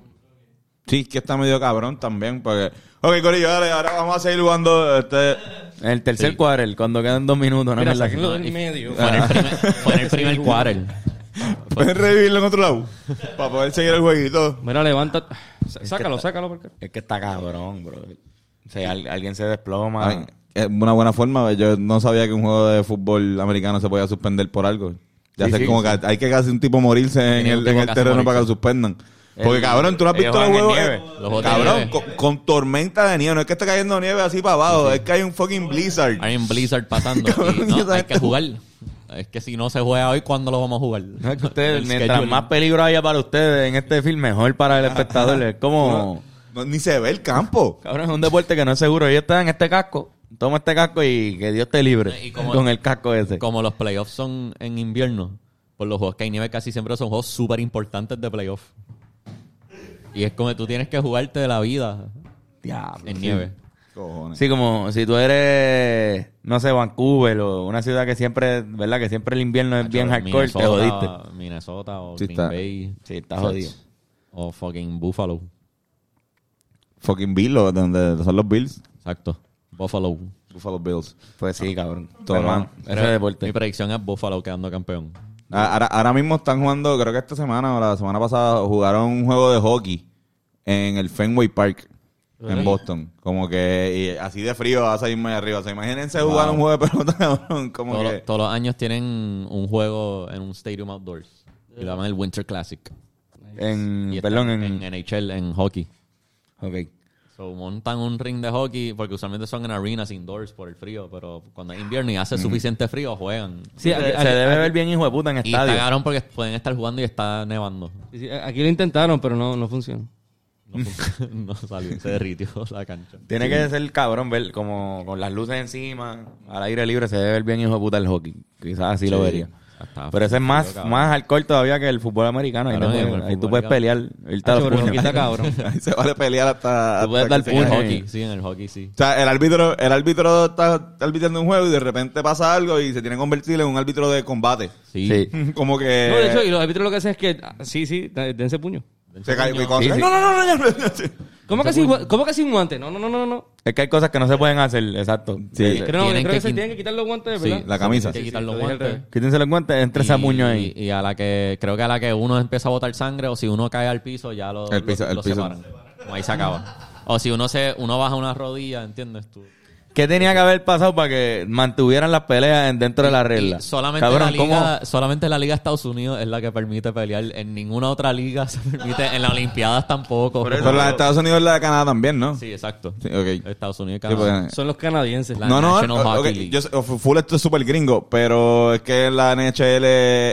Speaker 3: Sí, es que está medio cabrón también, porque... Ok, Corillo, dale, ahora vamos a seguir jugando este...
Speaker 4: En el tercer cuadro, cuando quedan dos minutos, no
Speaker 5: Mira,
Speaker 4: es verdad que-
Speaker 5: sáquenlo del medio.
Speaker 2: Fue en el primer, fue en el primer quarter.
Speaker 3: Pueden revivirlo en otro lado, para poder seguir el jueguito.
Speaker 5: Mira, levanta. Sa- Sácalo, sácalo. porque-
Speaker 4: Es que está cabrón, bro. O sea, al- alguien se desploma.
Speaker 3: Ay, es una buena forma. Yo no sabía que un juego de fútbol americano se podía suspender por algo. Ya
Speaker 4: Sí,
Speaker 3: sé,
Speaker 4: sí,
Speaker 3: como
Speaker 4: sí.
Speaker 3: que hay que casi un tipo morirse en
Speaker 2: Tiene un
Speaker 3: el, en
Speaker 2: tipo
Speaker 3: el
Speaker 2: casi
Speaker 3: terreno para que lo
Speaker 2: morirse.
Speaker 3: suspendan. Porque
Speaker 4: El-
Speaker 3: cabrón, tú no has
Speaker 4: ellos
Speaker 3: visto los
Speaker 4: juegan en
Speaker 3: juegos.
Speaker 4: nieve.
Speaker 3: eh,
Speaker 2: Los juegos de
Speaker 3: cabrón,
Speaker 2: nieve.
Speaker 3: con, con tormenta de nieve. No es que esté cayendo nieve así para abajo. Es que hay un fucking blizzard.
Speaker 2: Hay un Blizzard pasando. y
Speaker 3: Cabrón,
Speaker 2: no,
Speaker 3: esa
Speaker 2: hay
Speaker 3: gente-
Speaker 2: que jugar. Es que si no se juega hoy, ¿cuándo lo vamos a jugar?
Speaker 4: No, es que ustedes,
Speaker 2: El
Speaker 4: mientras
Speaker 2: schedule.
Speaker 4: más peligro haya para ustedes en este film, mejor para el espectador. Es como...
Speaker 3: No, ni se ve el campo.
Speaker 4: Cabrón, es un deporte que no es seguro. Ellos te dan este casco. Toma este casco y que Dios te libre
Speaker 2: Y como-
Speaker 4: con el casco ese.
Speaker 2: Como los playoffs son en invierno, por los juegos que hay nieve casi siempre son juegos súper importantes de playoff. Y es como que tú tienes que jugarte de la vida
Speaker 4: Diablo,
Speaker 2: en
Speaker 4: sí.
Speaker 2: nieve.
Speaker 3: Cojones.
Speaker 4: Sí, como si tú eres, no sé, Vancouver o una ciudad que siempre, ¿verdad? Que siempre el invierno es bien hardcore, te jodiste.
Speaker 2: Minnesota, Minnesota o
Speaker 3: Sí,
Speaker 2: Green
Speaker 3: está.
Speaker 2: Bay.
Speaker 4: Sí, estás jodido.
Speaker 2: O fucking Buffalo.
Speaker 3: Fucking Bills, lo- donde son los Bills.
Speaker 2: Exacto. Buffalo.
Speaker 3: Buffalo Bills.
Speaker 4: Pues sí, cabrón.
Speaker 3: Todo
Speaker 4: Pero,
Speaker 3: mal.
Speaker 4: Ese deporte.
Speaker 2: Mi predicción es Buffalo quedando campeón.
Speaker 3: Ah, Ahora, ahora mismo están jugando, creo que esta semana o la semana pasada jugaron un juego de hockey en el Fenway Park en Boston. Como que y así de frío vas a irme de arriba. O sea, imagínense jugar un juego de pelota, cabrón, Como
Speaker 2: Todos,
Speaker 3: que.
Speaker 2: los- todos los años tienen un juego en un stadium outdoors. Y lo llaman el Winter Classic.
Speaker 4: En,
Speaker 2: Y están
Speaker 4: Eh. Mm, perdón, en,
Speaker 2: en NHL, en hockey.
Speaker 4: ok.
Speaker 2: So, montan un ring de hockey porque usualmente son en arenas indoors por el frío, pero cuando es invierno y hace suficiente frío juegan.
Speaker 5: Sí,
Speaker 4: se,
Speaker 5: aquí-
Speaker 4: se
Speaker 5: aquí-
Speaker 4: debe ver bien hijo de puta en
Speaker 2: Y está
Speaker 4: estadio.
Speaker 2: cagaron porque pueden estar jugando y está nevando.
Speaker 5: Sí, Aquí lo intentaron, pero no, no funcionó.
Speaker 2: No, fun- no salió, se derritió la cancha.
Speaker 4: Tiene que ser cabrón ver como con las luces encima, al aire libre, se debe ver bien hijo de puta el hockey. Quizás así lo vería.
Speaker 2: Ah, Está-
Speaker 4: Pero ese es más, más hardcore todavía que el fútbol americano. Ahí,
Speaker 2: Cabrón,
Speaker 4: te
Speaker 2: en el
Speaker 4: puedes- ahí
Speaker 2: fútbol
Speaker 4: tú puedes pelear. Irte a
Speaker 5: Ah,
Speaker 4: los
Speaker 5: pero
Speaker 4: puños.
Speaker 5: aquí está cabrón.
Speaker 3: Ahí se vale pelear hasta.
Speaker 4: Te puedes
Speaker 3: hasta
Speaker 4: dar
Speaker 3: que
Speaker 2: En
Speaker 3: se
Speaker 2: el
Speaker 4: puño.
Speaker 3: cae.
Speaker 2: hockey, sí, en el hockey sí.
Speaker 3: O sea, el árbitro, el árbitro está arbitrando un juego y de repente pasa algo y se tiene que convertir en un árbitro de combate.
Speaker 2: Sí.
Speaker 4: Sí.
Speaker 3: Como que.
Speaker 5: No, de hecho, y los árbitros lo que hacen es que. ah, Sí, sí, da- dense puño.
Speaker 3: se cae, y cuando-
Speaker 4: Sí, sí.
Speaker 3: No, no, no, no, no, no.
Speaker 5: ¿Cómo que, sin, gua- ¿Cómo que sin guante? No, no, no, no, no.
Speaker 4: Es que hay cosas que no se pueden hacer, exacto.
Speaker 3: Sí,
Speaker 5: Creo, no,
Speaker 2: Tienen
Speaker 5: creo que,
Speaker 2: que
Speaker 5: se
Speaker 2: quin-
Speaker 5: tienen que quitar los guantes,
Speaker 2: Sí,
Speaker 5: ¿verdad?
Speaker 3: la camisa.
Speaker 2: Hay que
Speaker 3: Sí,
Speaker 2: quitar
Speaker 5: sí,
Speaker 2: los
Speaker 5: lo dije al
Speaker 2: guantes.
Speaker 5: revés.
Speaker 4: Quítense los guantes, entre esa puño ahí.
Speaker 2: Y, y a la que, creo que a la que uno empieza a botar sangre o si uno cae al piso, ya lo,
Speaker 3: El piso-
Speaker 2: lo-
Speaker 3: el
Speaker 2: lo
Speaker 3: piso.
Speaker 2: separan. Como ahí se acaba. O si uno se, uno baja una rodilla, ¿entiendes tú?
Speaker 4: ¿Qué tenía que haber pasado para que mantuvieran las peleas en- dentro de la regla?
Speaker 2: Solamente,
Speaker 4: Cabrón,
Speaker 2: la liga,
Speaker 4: ¿cómo?
Speaker 2: solamente la Liga de Estados Unidos es la que permite pelear. En ninguna otra liga se permite. En las Olimpiadas tampoco.
Speaker 3: Pero la de Estados Unidos es la de Canadá también, ¿no? Sí,
Speaker 2: Sí, exacto.
Speaker 3: ok.
Speaker 2: Estados Unidos y
Speaker 3: Sí,
Speaker 2: Canadá.
Speaker 3: porque-
Speaker 5: Son los canadienses.
Speaker 2: La
Speaker 5: No,
Speaker 3: no, no,
Speaker 2: National
Speaker 3: ok,
Speaker 2: Hockey
Speaker 3: ok,
Speaker 2: League.
Speaker 3: yo sé, full esto es súper gringo, pero es que la NHL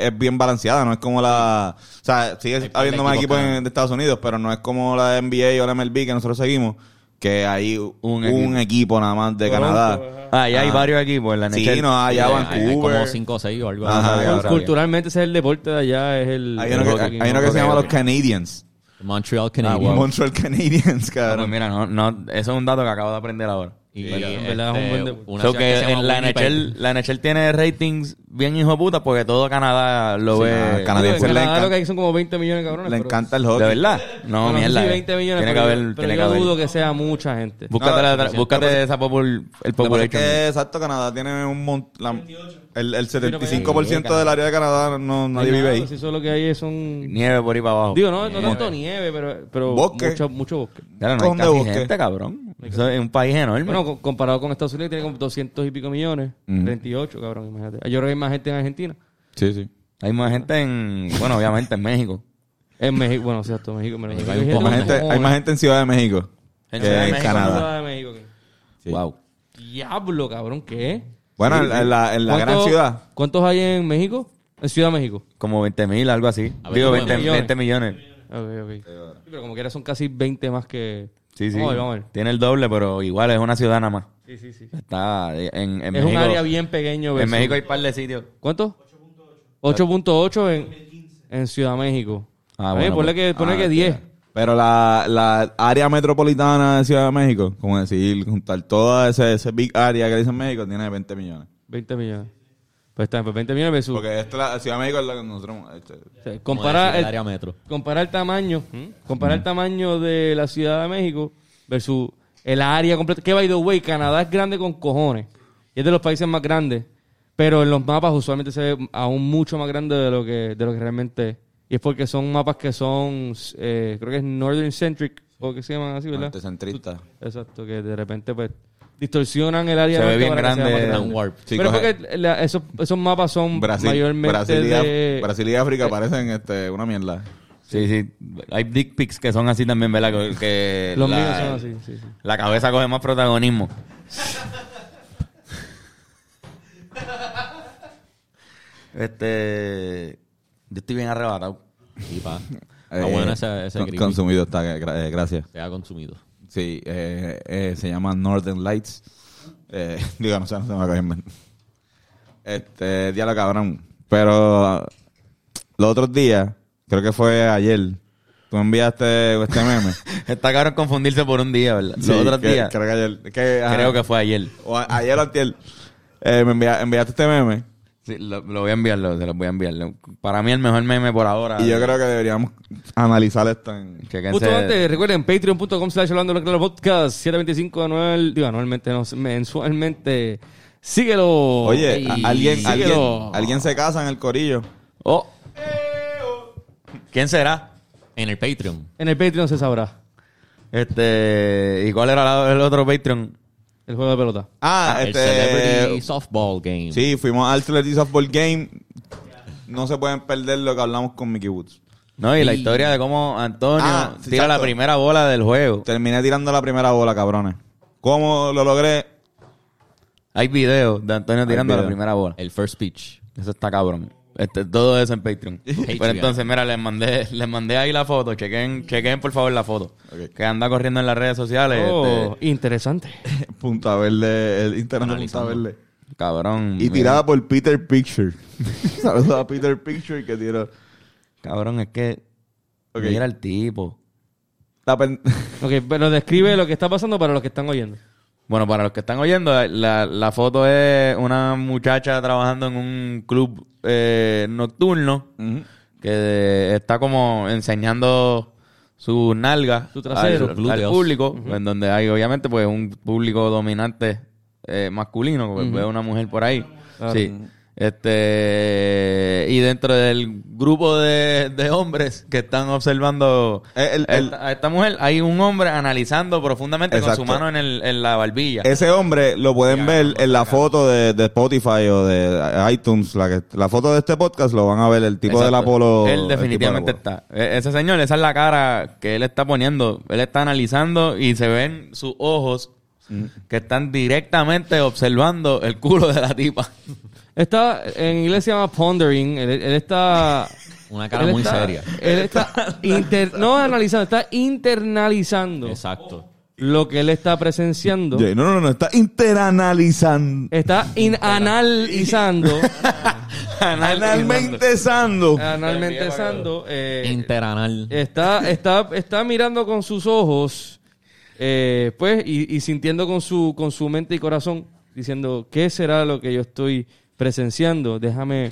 Speaker 3: es bien balanceada, no es como la... O sea, sigue
Speaker 2: par de
Speaker 3: habiendo más
Speaker 2: equipos
Speaker 3: equipos
Speaker 2: que-
Speaker 3: en- de Estados Unidos, pero no es como la NBA o la MLB que nosotros seguimos, que hay un,
Speaker 4: equipo.
Speaker 3: equipo nada más de
Speaker 5: Toronto,
Speaker 3: Canadá.
Speaker 5: ajá.
Speaker 4: Ah, ya hay
Speaker 3: Ah.
Speaker 4: varios equipos en la
Speaker 3: Sí,
Speaker 4: NHL.
Speaker 3: no, ah, allá
Speaker 2: Sí,
Speaker 3: Vancouver.
Speaker 2: Eh, hay- hay como 5 o 6 o algo.
Speaker 3: Ajá,
Speaker 2: así.
Speaker 3: ya, ahora bien.
Speaker 5: Culturalmente ese es el deporte de allá, es el...
Speaker 3: Hay uno que,
Speaker 5: el
Speaker 3: hay-
Speaker 5: hockey,
Speaker 3: hay uno que
Speaker 5: ¿no?
Speaker 3: se llama los Canadians.
Speaker 2: Montreal Canadiens.
Speaker 3: Montreal Canadians,
Speaker 4: Ah, pues
Speaker 3: cabrón.
Speaker 4: mira, no, no, eso es un dato que acabo de aprender ahora.
Speaker 2: Y
Speaker 5: Verdad,
Speaker 2: este,
Speaker 5: verdad, es un buen deporte.
Speaker 2: una
Speaker 4: So
Speaker 2: ciudad
Speaker 4: que
Speaker 2: se llama
Speaker 4: en la
Speaker 2: Winnipeg.
Speaker 4: NHL, la NHL tiene ratings bien hijo de puta porque todo Canadá lo
Speaker 3: Sí,
Speaker 4: ve.
Speaker 3: ah,
Speaker 5: Digo, en
Speaker 3: canadiense le,
Speaker 5: Canadá lo que
Speaker 3: encanta,
Speaker 5: hay son como 20 millones de cabrones.
Speaker 3: le
Speaker 5: pero-
Speaker 3: encanta el
Speaker 4: ¿De
Speaker 3: hockey.
Speaker 4: verdad? No,
Speaker 5: Bueno,
Speaker 4: mierda.
Speaker 5: sé si
Speaker 4: eh.
Speaker 5: 20 millones,
Speaker 4: tiene que
Speaker 5: pero
Speaker 4: haber.
Speaker 5: yo- pero
Speaker 4: tiene que
Speaker 5: yo
Speaker 4: haber.
Speaker 5: dudo que sea mucha gente.
Speaker 4: Búscate, la-
Speaker 3: No, no,
Speaker 4: búscate esa popul, el
Speaker 3: Lo que pasa es
Speaker 4: population.
Speaker 3: que, exacto, Canadá tiene un mon- la-
Speaker 1: 28.
Speaker 3: el, el
Speaker 5: pues,
Speaker 4: Sí,
Speaker 3: 75%
Speaker 4: Canadá.
Speaker 3: del área de Canadá no,
Speaker 5: No
Speaker 3: nadie
Speaker 5: hay
Speaker 3: vive
Speaker 5: nada,
Speaker 3: ahí.
Speaker 5: Si eso lo que hay son...
Speaker 4: Nieve por ahí para abajo.
Speaker 5: Digo, no, no tanto nieve, pero, pero
Speaker 3: Bosque.
Speaker 5: Mucho, mucho bosque.
Speaker 4: Claro, no hay
Speaker 3: ¿Con
Speaker 4: casi
Speaker 3: de bosque?
Speaker 4: gente, cabrón. Eso es un país enorme.
Speaker 5: Bueno, co- comparado con Estados Unidos, que tiene como 200 y pico millones. 38, cabrón, imagínate. Yo creo que hay más gente en Argentina.
Speaker 3: Sí, sí.
Speaker 4: hay más gente en. Bueno, obviamente en México.
Speaker 5: En México, bueno, o sea, todo México. Pero
Speaker 2: Hay un
Speaker 5: gente
Speaker 2: poco
Speaker 5: como-
Speaker 3: Más gente, hay más gente en Ciudad de México que
Speaker 4: En
Speaker 3: en,
Speaker 4: Ciudad de México,
Speaker 3: Canadá.
Speaker 5: Ciudad de México, ¿qué?
Speaker 4: Wow.
Speaker 5: Diablo, cabrón, ¿qué?
Speaker 3: Bueno, en, en la, en la gran
Speaker 5: ¿Cuántos-
Speaker 3: ciudad.
Speaker 5: ¿Cucuántos hay en México? En Ciudad de México.
Speaker 4: Como 20 mil, algo así.
Speaker 2: A ver,
Speaker 4: Digo,
Speaker 2: como
Speaker 4: 20
Speaker 5: millones.
Speaker 4: millones. 20 millones.
Speaker 5: Ok, ok. Sí, pero como quiera son casi 20 más que...
Speaker 4: Sí, sí.
Speaker 5: Vamos a ver, vamos a ver.
Speaker 4: Tiene el doble, pero igual es una ciudad nada más.
Speaker 5: Sí, sí, sí.
Speaker 4: Está en, en
Speaker 5: Es
Speaker 4: México.
Speaker 5: un área bien pequeño.
Speaker 4: En
Speaker 5: versus-
Speaker 4: México hay par de sitios.
Speaker 5: ¿Cuánto? 8.8 en, en Ciudad de México.
Speaker 4: Ah,
Speaker 5: Ah,
Speaker 4: bueno,
Speaker 5: ponle
Speaker 4: pues-
Speaker 5: que, ponle
Speaker 4: ah,
Speaker 5: que 10.
Speaker 3: Pero la, la área metropolitana de Ciudad de México, como decir, juntar toda esa, esa big área que dice México, tiene 20 millones.
Speaker 5: 20 millones. Pues está, pues 20 millones versus...
Speaker 3: Porque esta, la Ciudad de México es la que nosotros... este,
Speaker 5: o sea,
Speaker 2: Como
Speaker 5: compara,
Speaker 2: decir,
Speaker 5: el,
Speaker 2: el área metro.
Speaker 5: compara el tamaño, compara el tamaño de la Ciudad de México versus el área completa. Que, by the way, Canadá es grande con cojones. Y es de los países más grandes. Pero en los mapas usualmente se ve aún mucho más grande de lo que, de lo que realmente es. Y es porque son mapas que son, eh, creo que es Northern Centric, o que se llaman así, ¿verdad?
Speaker 3: Anticentrista.
Speaker 5: Exacto, que de repente pues distorsionan el área
Speaker 4: Se ve
Speaker 5: norte
Speaker 4: bien
Speaker 5: para que sea
Speaker 4: grande.
Speaker 5: más
Speaker 2: Un warp.
Speaker 3: Sí,
Speaker 5: Pero es
Speaker 3: coge-
Speaker 5: porque la- esos, esos mapas son
Speaker 3: Brasil,
Speaker 5: mayormente
Speaker 3: Brasil, y,
Speaker 5: de... eh,
Speaker 3: Af- Brasil y África parecen este, una mierda.
Speaker 4: Sí, sí. Hay dick pics que son así también, ¿verdad? Que, que
Speaker 5: Los míos
Speaker 4: la,
Speaker 5: son así, sí, sí.
Speaker 4: la cabeza coge más protagonismo. este. Yo estoy bien arrebatado.
Speaker 2: Y pa. Está bueno ese, ese
Speaker 3: Eh, con-
Speaker 2: creepy.
Speaker 3: Consumido está, que- gra- eh, gracias.
Speaker 2: Se ha consumido.
Speaker 3: Sí, eh, eh, se llama Northern Lights. Eh, digo, no sé, no se me va a caer mal. Este, diablo cabrón. Pero los otros días, creo que fue ayer, tú me enviaste este meme.
Speaker 4: Está cabrón confundirse por un día, ¿verdad?
Speaker 3: Sí,
Speaker 4: Los otros
Speaker 3: que-
Speaker 4: días.
Speaker 3: Creo que ayer. que, ajá,
Speaker 4: Creo que fue ayer.
Speaker 3: o a- ayer o antier. Eh, me envia- enviaste este meme.
Speaker 4: Sí, lo, lo voy a enviar, lo- se los voy a enviar. Lo- Para mí el mejor meme por ahora.
Speaker 3: Y yo creo que deberíamos analizar esto en...
Speaker 4: Chequense-
Speaker 5: Justo antes, recuerden, patreon.com slash hablando de los Claros podcast, 725 anual, digo, anualmente, no, mensualmente. Síguelo.
Speaker 3: Oye,
Speaker 5: Ey,
Speaker 3: a- alguien, alguien,
Speaker 5: síguelo.
Speaker 3: alguien se casa en el corillo.
Speaker 4: Oh. ¿Quién será?
Speaker 2: En el Patreon.
Speaker 5: En el Patreon se sabrá
Speaker 4: Este, ¿y cuál era la- el otro Patreon?
Speaker 5: el juego de pelota.
Speaker 3: Ah,
Speaker 2: el Celebrity
Speaker 3: este...
Speaker 2: Softball Game.
Speaker 3: Sí, fuimos al Celebrity Softball Game. No se pueden perder lo que hablamos con Mickey Woods.
Speaker 4: No, y la
Speaker 2: Y-
Speaker 4: historia de cómo Antonio
Speaker 3: Ah, sí,
Speaker 4: tira la
Speaker 3: exacto.
Speaker 4: primera bola del juego.
Speaker 3: Terminé tirando la primera bola, cabrones. ¿Cómo lo logré?
Speaker 4: Hay videos de Antonio tirando la
Speaker 3: video.
Speaker 4: primera bola.
Speaker 2: El first pitch.
Speaker 4: Eso está cabrón. Este, todo eso en Patreon. Pero
Speaker 2: Patreon.
Speaker 4: entonces, mira, les mandé, les mandé ahí la foto. Chequen, chequen por favor la foto.
Speaker 3: Ok.
Speaker 4: Que anda corriendo en las redes sociales.
Speaker 5: Oh,
Speaker 4: este,
Speaker 5: interesante.
Speaker 3: Punta Verde, el Instagram de Punta
Speaker 2: Analizando.
Speaker 3: Verde.
Speaker 4: cabrón.
Speaker 3: Y
Speaker 4: mira.
Speaker 3: tirada por Peter Picture. Saludos a Peter Picture que tiró.
Speaker 4: Cabrón, es que.
Speaker 3: Ok.
Speaker 4: Mira el tipo.
Speaker 3: La pen-
Speaker 5: Ok, pero describe lo que está pasando para los que están oyendo.
Speaker 4: Bueno, para los que están oyendo, eh, la, la foto es una muchacha trabajando en un club eh, nocturno
Speaker 3: Ujú.
Speaker 4: que está como enseñando su nalga
Speaker 5: Su trasero,
Speaker 4: al- al,
Speaker 2: glúteos.
Speaker 4: público, en donde hay obviamente pues un público dominante eh, masculino, pues, veo una mujer por ahí. Sí. Este, y dentro del grupo de, de hombres que están observando
Speaker 3: El- el-
Speaker 4: esta- a esta mujer, hay un hombre analizando profundamente con su
Speaker 3: Exacto.
Speaker 4: mano en, el, en la barbilla.
Speaker 3: Ese hombre lo pueden ver en la foto de, de Spotify o de iTunes. La, que, la foto de este podcast lo van a ver el tipo
Speaker 4: Exacto.
Speaker 3: del Apolo. el
Speaker 4: Él
Speaker 3: tipo del
Speaker 4: definitivamente
Speaker 3: Apolo.
Speaker 4: está. E- Ese señor, esa es la cara que él está poniendo. Él está analizando y se ven sus ojos
Speaker 3: Mm.
Speaker 4: que están directamente observando el culo de la tipa.
Speaker 5: Está, en inglés se llama pondering. Él, él está.
Speaker 2: Una cara
Speaker 5: él
Speaker 2: muy
Speaker 5: está-
Speaker 2: seria.
Speaker 5: Él está. inter- no analizando, está internalizando.
Speaker 2: Exacto.
Speaker 5: lo que él está presenciando.
Speaker 3: Oye, No, no, no, está interanalizando.
Speaker 5: Está inanalizando,
Speaker 3: Analmente sando.
Speaker 2: Ah.
Speaker 5: analmente sando, eh,
Speaker 2: Interanal.
Speaker 5: está, está, está mirando con sus ojos, eh, pues, y, y sintiendo con su, con su mente y corazón, diciendo, ¿qué será lo que yo estoy presenciando? Déjame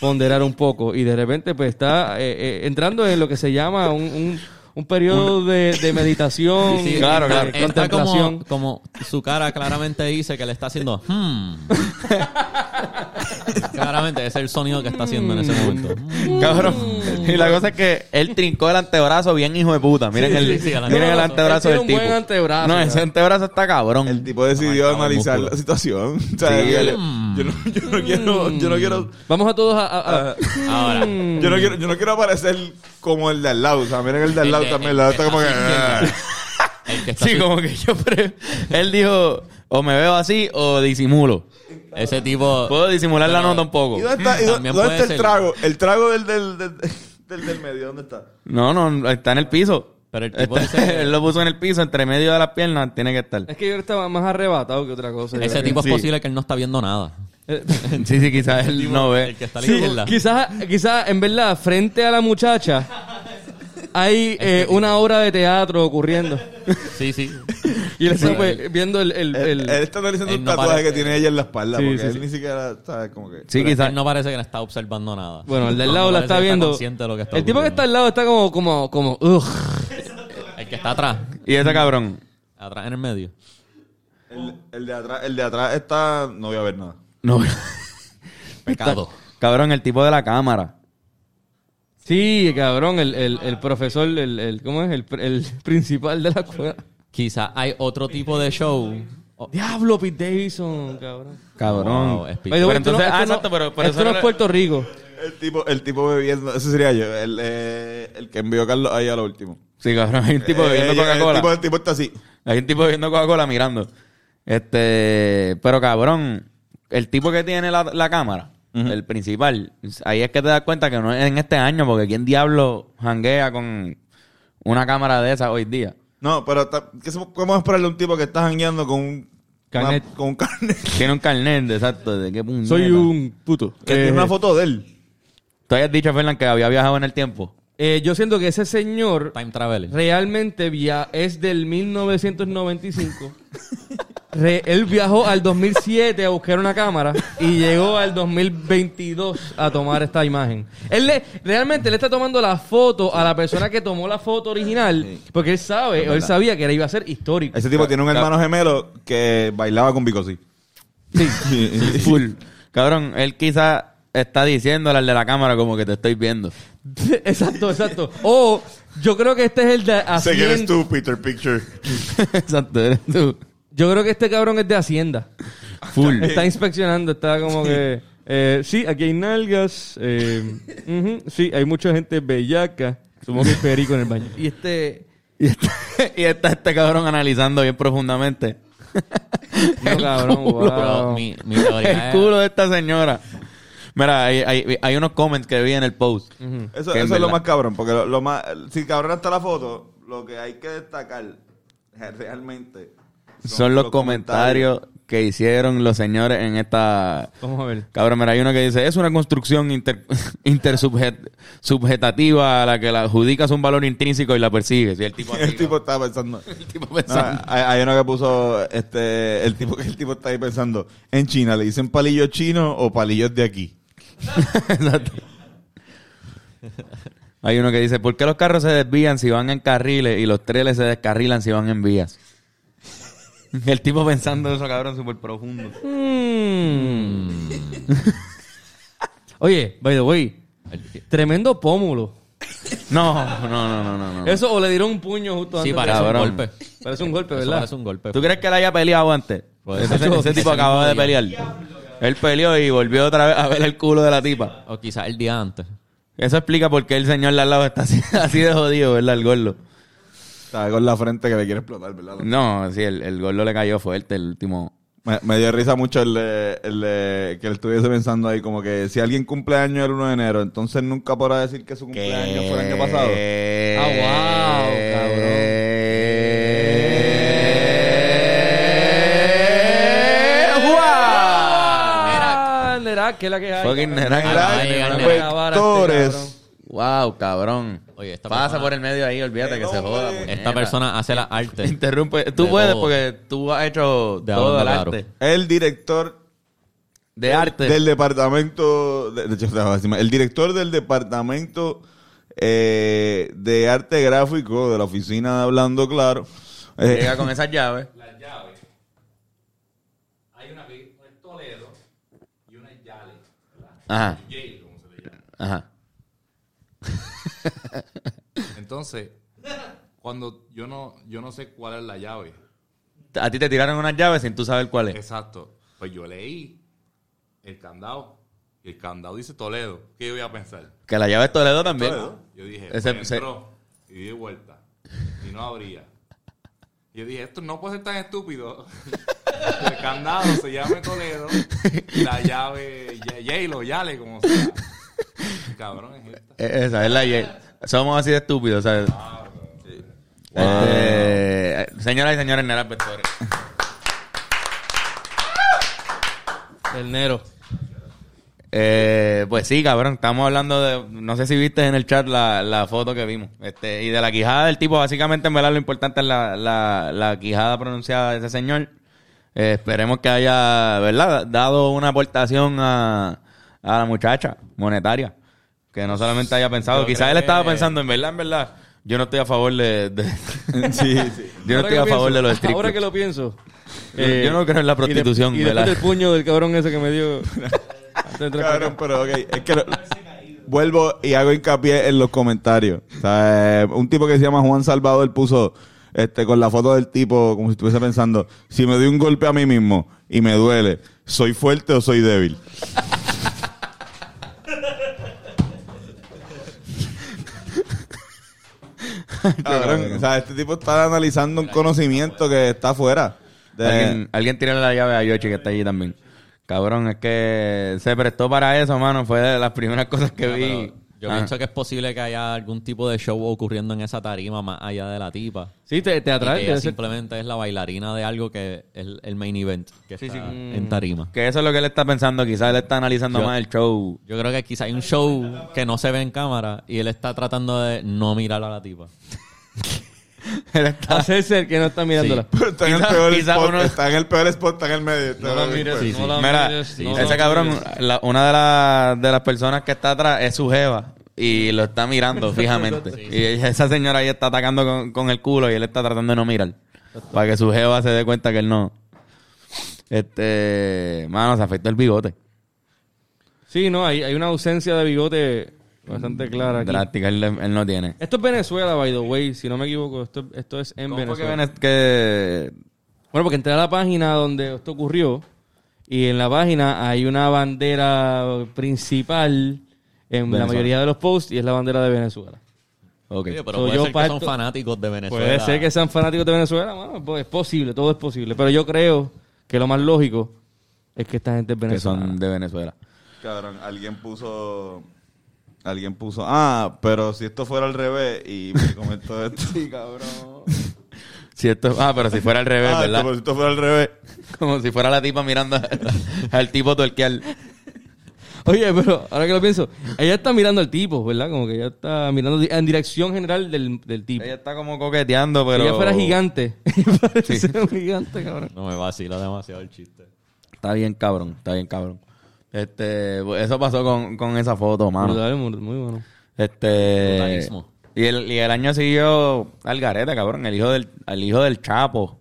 Speaker 5: ponderar un poco. Y de repente, pues, está eh, eh, entrando en lo que se llama un, un- un periodo de, de meditación,
Speaker 2: Sí,
Speaker 5: de
Speaker 2: está- Está
Speaker 5: contemplación.
Speaker 2: como, como su cara claramente dice que le está haciendo hmm. claramente ese es el sonido que está haciendo en ese momento.
Speaker 5: Mm.
Speaker 2: Hmm.
Speaker 4: Cabrón. Y la cosa es que él trincó el antebrazo bien hijo de puta. Miren
Speaker 2: Sí,
Speaker 4: el,
Speaker 2: sí, sí, el
Speaker 4: miren el antebrazo
Speaker 5: antebrazo. Él
Speaker 4: del
Speaker 5: tiene un
Speaker 4: tipo.
Speaker 5: buen antebrazo,
Speaker 4: No, ese
Speaker 5: cabrón.
Speaker 4: antebrazo está cabrón.
Speaker 3: El tipo decidió
Speaker 2: Está marcado el
Speaker 3: analizar
Speaker 2: músculo.
Speaker 3: la situación. O sea, yo, yo no, yo no quiero, yo no quiero,
Speaker 5: Vamos a todos a... a-
Speaker 2: Ah.
Speaker 5: a-
Speaker 2: Mm. Ahora,
Speaker 3: yo no quiero, yo no quiero aparecer como el de al lado. O sea, miren el de al lado
Speaker 2: El de-
Speaker 3: también. El de al lado está
Speaker 2: eh,
Speaker 3: como
Speaker 2: el-
Speaker 3: que. ah.
Speaker 2: el que está
Speaker 4: Sí,
Speaker 2: así-
Speaker 4: como que yo. pre- Él dijo: o me veo así o disimulo.
Speaker 2: ese tipo
Speaker 5: Pues,
Speaker 4: Puedo disimular la nota un poco.
Speaker 3: ¿Y dónde está, y dó-
Speaker 2: También
Speaker 3: dónde
Speaker 2: puede
Speaker 3: está el
Speaker 2: ser.
Speaker 3: trago? El trago del, del, del, del, del medio, ¿dónde está?
Speaker 4: No, no, está en el piso.
Speaker 2: Pero el tipo
Speaker 5: este
Speaker 4: Está-
Speaker 2: dice que-
Speaker 4: él lo puso en el piso, entre medio de las piernas, tiene que estar.
Speaker 5: es que yo estaba más arrebatado que otra cosa. Eh,
Speaker 2: ese tipo es posible que él no está viendo nada.
Speaker 4: Sí, sí, quizás él no
Speaker 2: El
Speaker 4: ve.
Speaker 2: que está a la
Speaker 5: Pues, Sí,
Speaker 2: izquierda.
Speaker 5: quizás, quizás, en verdad, frente a la muchacha hay
Speaker 2: Este
Speaker 5: eh, una obra de teatro ocurriendo.
Speaker 2: Sí, sí. eh,
Speaker 5: Y él está pues, viendo el... el-
Speaker 4: eh,
Speaker 3: Él,
Speaker 5: el-
Speaker 3: él está analizando
Speaker 2: él
Speaker 3: un
Speaker 2: no
Speaker 3: tatuaje
Speaker 2: parece-
Speaker 3: que tiene ella en la espalda.
Speaker 5: Sí,
Speaker 3: porque
Speaker 5: sí,
Speaker 3: él
Speaker 5: sí.
Speaker 3: ni siquiera sabe como que.
Speaker 4: Sí, quizás.
Speaker 2: Él no parece que no está observando nada.
Speaker 5: bueno, el del lado
Speaker 2: No
Speaker 5: la
Speaker 2: parece
Speaker 5: está
Speaker 2: que
Speaker 5: viendo.
Speaker 2: consciente de lo que está
Speaker 5: el tipo que está
Speaker 2: ocurriendo.
Speaker 5: al lado está como... como, como "Ugh".
Speaker 2: El que está atrás.
Speaker 4: Y ese cabrón.
Speaker 2: Atrás en el medio.
Speaker 3: El, el de atrás, el de atrás está. No voy a ver nada.
Speaker 4: No.
Speaker 2: Pecado.
Speaker 4: Cabrón, el tipo de la cámara.
Speaker 5: Sí, cabrón, el, el- el profesor, el, el- ¿cómo es? El, pr- el principal de la escuela.
Speaker 2: Quizás hay otro tipo de show. Oh,
Speaker 5: Diablo, Pete Davidson, cabrón.
Speaker 4: Cabrón.
Speaker 2: wow, es pi-
Speaker 5: By the way,
Speaker 4: Pero
Speaker 5: esto no-
Speaker 4: entonces-
Speaker 5: esto
Speaker 4: ah,
Speaker 5: no-
Speaker 4: exacto, pero- pero eso
Speaker 5: esto no
Speaker 4: no
Speaker 5: es
Speaker 4: le-
Speaker 5: Puerto Rico.
Speaker 3: El tipo, el tipo bebiendo. Ese sería yo. El, eh, el que envió a Carlos ahí a lo último.
Speaker 4: Sí, cabrón, hay un tipo
Speaker 3: Eh,
Speaker 4: bebiendo
Speaker 3: eh, El tipo,
Speaker 4: Coca-Cola.
Speaker 3: el tipo está así.
Speaker 4: Hay un tipo bebiendo Coca-Cola mirando. Este, pero cabrón, el tipo que tiene la, la cámara, el principal, ahí es que te das cuenta que no es en este año, porque quién diablo janguea con una cámara de esa hoy día.
Speaker 3: No, pero ta- ¿qué se- ¿cómo vamos a esperarle a un tipo que está jangueando con un.
Speaker 5: Carnet.
Speaker 3: una- con un carnet.
Speaker 4: Tiene un carnet, de- exacto, de qué puñeta.
Speaker 5: Soy un puto.
Speaker 3: Que tiene
Speaker 5: Eh,
Speaker 3: una foto de él.
Speaker 4: Tú habías dicho, Fernan, que había viajado en el tiempo.
Speaker 5: eh, yo siento que ese señor
Speaker 2: Time traveler.
Speaker 5: realmente via es del 1995. Re- él viajó al 2007 a buscar una cámara y llegó al 2022 a tomar esta imagen. Él le, realmente le está tomando la foto a la persona que tomó la foto original porque él sabe, o él sabía que iba a ser histórico.
Speaker 3: Ese tipo tiene un
Speaker 4: ca-
Speaker 3: hermano gemelo que bailaba con Bicosí.
Speaker 4: Sí, full. Cabrón, él quizá está diciéndole al de la cámara como que te estoy viendo.
Speaker 5: exacto, exacto. O yo creo que este es el de
Speaker 3: Sé que eres
Speaker 5: Hacienda.
Speaker 3: tú, Peter Picture.
Speaker 4: exacto, eres tú.
Speaker 5: Yo creo que este cabrón es de Hacienda.
Speaker 4: Full.
Speaker 5: Está inspeccionando, está como que. eh, sí, aquí hay nalgas. eh, ujú, sí, hay mucha gente bellaca. Supongo que hay perico en el baño. Y este.
Speaker 4: Y está, y está este cabrón analizando bien profundamente
Speaker 5: No, cabrón,
Speaker 2: Pero
Speaker 5: wow.
Speaker 2: mi, mi teoría
Speaker 4: el
Speaker 2: es-
Speaker 4: culo de esta señora. Mira, hay, hay- hay unos comments que vi en el post.
Speaker 3: Eso,
Speaker 4: Que en
Speaker 3: eso es lo
Speaker 4: verdad-
Speaker 3: más cabrón, porque lo, lo más... Si cabrón está la foto, lo que hay que destacar eh, realmente...
Speaker 4: Son los comentarios que hicieron los señores en esta...
Speaker 5: Vamos a ver.
Speaker 4: Cabrón, mira, hay uno que dice, es una construcción inter- intersubjetativa a la que la adjudicas un valor intrínseco y la persigues. Y el tipo, así,
Speaker 3: El tipo está pensando...
Speaker 4: el tipo
Speaker 3: No,
Speaker 4: pensando,
Speaker 3: hay, hay uno que puso este el tipo el tipo está ahí pensando en China le dicen palillos chinos o palillos de aquí
Speaker 4: Exacto. Hay uno que dice, ¿por qué los carros se desvían si van en carriles y los treles se descarrilan si van en vías? El tipo pensando eso, cabrón, súper profundo.
Speaker 5: Oye, by the way. Tremendo pómulo.
Speaker 4: No, no, no, no, no. no.
Speaker 5: Eso o le dieron un puño justo antes.
Speaker 2: Ah. Sí,
Speaker 5: de-
Speaker 2: parece un
Speaker 4: Cabrón.
Speaker 2: golpe.
Speaker 5: Parece un golpe,
Speaker 2: Eso
Speaker 5: ¿verdad?
Speaker 2: parece un golpe.
Speaker 4: ¿Tú crees que él haya peleado antes?
Speaker 2: Puede
Speaker 4: ese,
Speaker 2: ser.
Speaker 4: ese tipo acababa de pelear. Él peleó y volvió otra vez a ver el culo de la tipa.
Speaker 2: O quizás el día antes.
Speaker 4: Eso explica por qué el señor de al lado está así, así de jodido, ¿verdad? El gordo.
Speaker 3: está con la frente que le quiere explotar verdad
Speaker 4: No, sí, el, el gordo le cayó fuerte el último...
Speaker 3: me, me dio risa mucho el, de- el de que él estuviese pensando ahí como que si alguien cumple año el 1 de enero entonces nunca podrá decir que su
Speaker 4: Ah,
Speaker 3: cumpleaños fue el año pasado
Speaker 4: ¿Qué?
Speaker 5: Ah, wow, cabrón.
Speaker 4: ¿Qué?
Speaker 5: ¡Eh, Nerag, que es la que hay.
Speaker 4: Fucking
Speaker 5: cabrón.
Speaker 4: Nerag,
Speaker 5: Ah,
Speaker 4: Nerag,
Speaker 5: va a llegar
Speaker 2: Nerag.
Speaker 5: Nerag ahora, este,
Speaker 3: Vectores.
Speaker 5: cabrón.
Speaker 4: Wow, cabrón.
Speaker 2: Oye, esta
Speaker 4: Pasa
Speaker 2: persona-
Speaker 4: por el medio ahí, olvídate
Speaker 3: El
Speaker 4: que se
Speaker 3: hombre-
Speaker 4: joda.
Speaker 2: Esta
Speaker 4: puñeta.
Speaker 2: persona hace la arte.
Speaker 4: Interrumpe. Tú
Speaker 2: De
Speaker 4: puedes
Speaker 2: todo.
Speaker 4: porque tú has hecho
Speaker 2: De
Speaker 4: todo el
Speaker 2: hablando
Speaker 4: arte.
Speaker 2: claro.
Speaker 3: El director
Speaker 4: De arte.
Speaker 3: del departamento, de- de hecho, estaba encima. el director del departamento eh, de arte gráfico de la oficina de Hablando Claro. eh,
Speaker 4: Llega con esas llaves.
Speaker 5: las llaves. Hay una que es Toledo y una es Yale.
Speaker 4: Ajá,
Speaker 5: Yale, como se le llama.
Speaker 4: ajá.
Speaker 6: Entonces, cuando yo no, yo no sé cuál es la llave.
Speaker 4: A ti te tiraron unas llaves sin tú saber cuál es.
Speaker 6: Exacto. Pues yo leí el candado. Y el candado dice Toledo. ¿Qué yo voy a pensar?
Speaker 4: Que la llave es Toledo también.
Speaker 6: Yo dije,
Speaker 4: Ese-
Speaker 6: pues,
Speaker 4: se-
Speaker 6: entró y di vuelta. Y no abría. Y Yo dije, esto no puede ser tan estúpido. El candado se llame Toledo. La llave Ye- Yalo, Yale, como sea. Cabrón, es esta.
Speaker 4: E- Esa es la llave. Somos así de estúpidos, ¿sabes? Este, señoras y señores, Nera Vectores.
Speaker 5: El Nero.
Speaker 4: Eh, pues sí, cabrón, estamos hablando de. No sé si viste en el chat la, la foto que vimos. Este, y de la quijada del tipo, básicamente, en verdad, lo importante es la, la, la quijada pronunciada de ese señor. Eh, esperemos que haya, ¿verdad?, dado una aportación a, a la muchacha monetaria. Que no solamente haya pensado,
Speaker 6: Pero
Speaker 4: quizás él
Speaker 6: creo
Speaker 4: estaba
Speaker 6: que-
Speaker 4: pensando, en verdad, en verdad, yo no estoy a favor de. de-
Speaker 3: sí, sí.
Speaker 4: yo no
Speaker 5: Ahora
Speaker 4: estoy
Speaker 5: que
Speaker 4: a favor
Speaker 5: pienso-
Speaker 4: de los strip
Speaker 5: Ahora que
Speaker 4: clubs.
Speaker 5: lo pienso. eh,
Speaker 4: Yo- yo no creo en la
Speaker 5: y de-
Speaker 4: prostitución,
Speaker 5: Y, después
Speaker 4: ¿verdad?
Speaker 5: del puño del cabrón ese que me dio. antes de entrar
Speaker 3: Cabrón,
Speaker 5: para acá.
Speaker 3: pero ok, es que lo- vuelvo y hago hincapié en los comentarios. O sea, eh, un tipo que se llama Juan Salvador puso este con la foto del tipo como si estuviese pensando, si me doy un golpe a mí mismo y me duele, ¿soy fuerte o soy débil? Cabrón, o sea, este tipo está analizando un conocimiento que está afuera. de-
Speaker 4: Alguien, alguien tiró la llave a Yoshi que está allí también. Cabrón, es que se prestó para eso, mano. Fue de las primeras cosas que
Speaker 2: Mira,
Speaker 4: vi. Ah,
Speaker 2: pero Yo
Speaker 4: Ajá.
Speaker 2: pienso que es posible que haya algún tipo de show ocurriendo en esa tarima más allá de la tipa.
Speaker 5: Sí, te, te
Speaker 2: Y
Speaker 5: atrae.
Speaker 2: que
Speaker 5: te
Speaker 2: ella
Speaker 5: hace-
Speaker 2: simplemente es la bailarina de algo que es el, el main event que
Speaker 4: Sí, Mm.
Speaker 2: está
Speaker 4: sí.
Speaker 2: en tarima.
Speaker 4: Que eso es lo que él está pensando. Quizás él está analizando
Speaker 2: Yo-
Speaker 4: más el show.
Speaker 2: Yo creo que quizá hay un show que no se ve en cámara y él está tratando de no mirar a la tipa.
Speaker 4: él está...
Speaker 5: Hacerse el que no está mirándola.
Speaker 3: Pero está, en el
Speaker 4: Quizá-
Speaker 3: peor
Speaker 4: quizá
Speaker 3: spot,
Speaker 4: uno-
Speaker 3: está en el peor spot, está en el medio.
Speaker 5: No la pues. mires,
Speaker 2: Sí, sí.
Speaker 5: no la
Speaker 4: Mira,
Speaker 5: mires, no la
Speaker 4: ese
Speaker 5: mires.
Speaker 4: cabrón, la- una de, las- de las personas que está atrás es su jeva. Y lo está mirando fijamente. Y ella- esa señora ahí está atacando con, con el culo y él está tratando de no mirar. Para que su jeva se dé cuenta que él no... Este... Mano, se afectó el bigote.
Speaker 5: Sí, no, hay, hay una ausencia de bigote bastante clara. aquí.
Speaker 4: Drástica, él, él no tiene.
Speaker 5: Esto es Venezuela, by the way, si no me equivoco. Esto, esto es en
Speaker 4: ¿Cómo fue que
Speaker 5: Venezuela.
Speaker 4: Vene- que-
Speaker 5: Bueno, porque entré a la página donde esto ocurrió y en la página hay una bandera principal en
Speaker 4: Venezuela.
Speaker 5: la mayoría de los posts y es la bandera de Venezuela.
Speaker 4: Ok.
Speaker 2: Oye, pero
Speaker 5: So,
Speaker 2: puede
Speaker 5: yo
Speaker 2: ser que
Speaker 5: parto-
Speaker 2: son fanáticos de Venezuela.
Speaker 5: Puede ser que sean fanáticos de Venezuela, mano, pues es posible, todo es posible. Pero yo creo que lo más lógico es que esta gente es
Speaker 4: que
Speaker 5: venezolana.
Speaker 4: son de Venezuela.
Speaker 3: Cabrón, alguien puso. Alguien puso. Ah, pero si esto fuera al revés y me comentó esto. sí, cabrón.
Speaker 4: Si esto, ah, pero si fuera al revés,
Speaker 3: Ah,
Speaker 4: ¿verdad?
Speaker 3: pero si esto fuera al revés.
Speaker 4: Como si fuera la tipa mirando al, al tipo tuerquear.
Speaker 5: Oye, pero ahora que lo pienso, ella está mirando al tipo, ¿verdad? Como que ella está mirando en dirección general del, del tipo.
Speaker 4: Ella está como coqueteando, pero.
Speaker 5: Si ella fuera gigante, ella parece un gigante, cabrón.
Speaker 2: No me vacila demasiado el chiste.
Speaker 4: Está bien, cabrón. Está bien, cabrón. Este, eso pasó con, con esa foto, mano.
Speaker 5: Brutal, muy muy bueno.
Speaker 4: Este.
Speaker 2: Brutalismo.
Speaker 4: Y el, y el año siguió al garete, cabrón. El hijo del, al hijo del Chapo.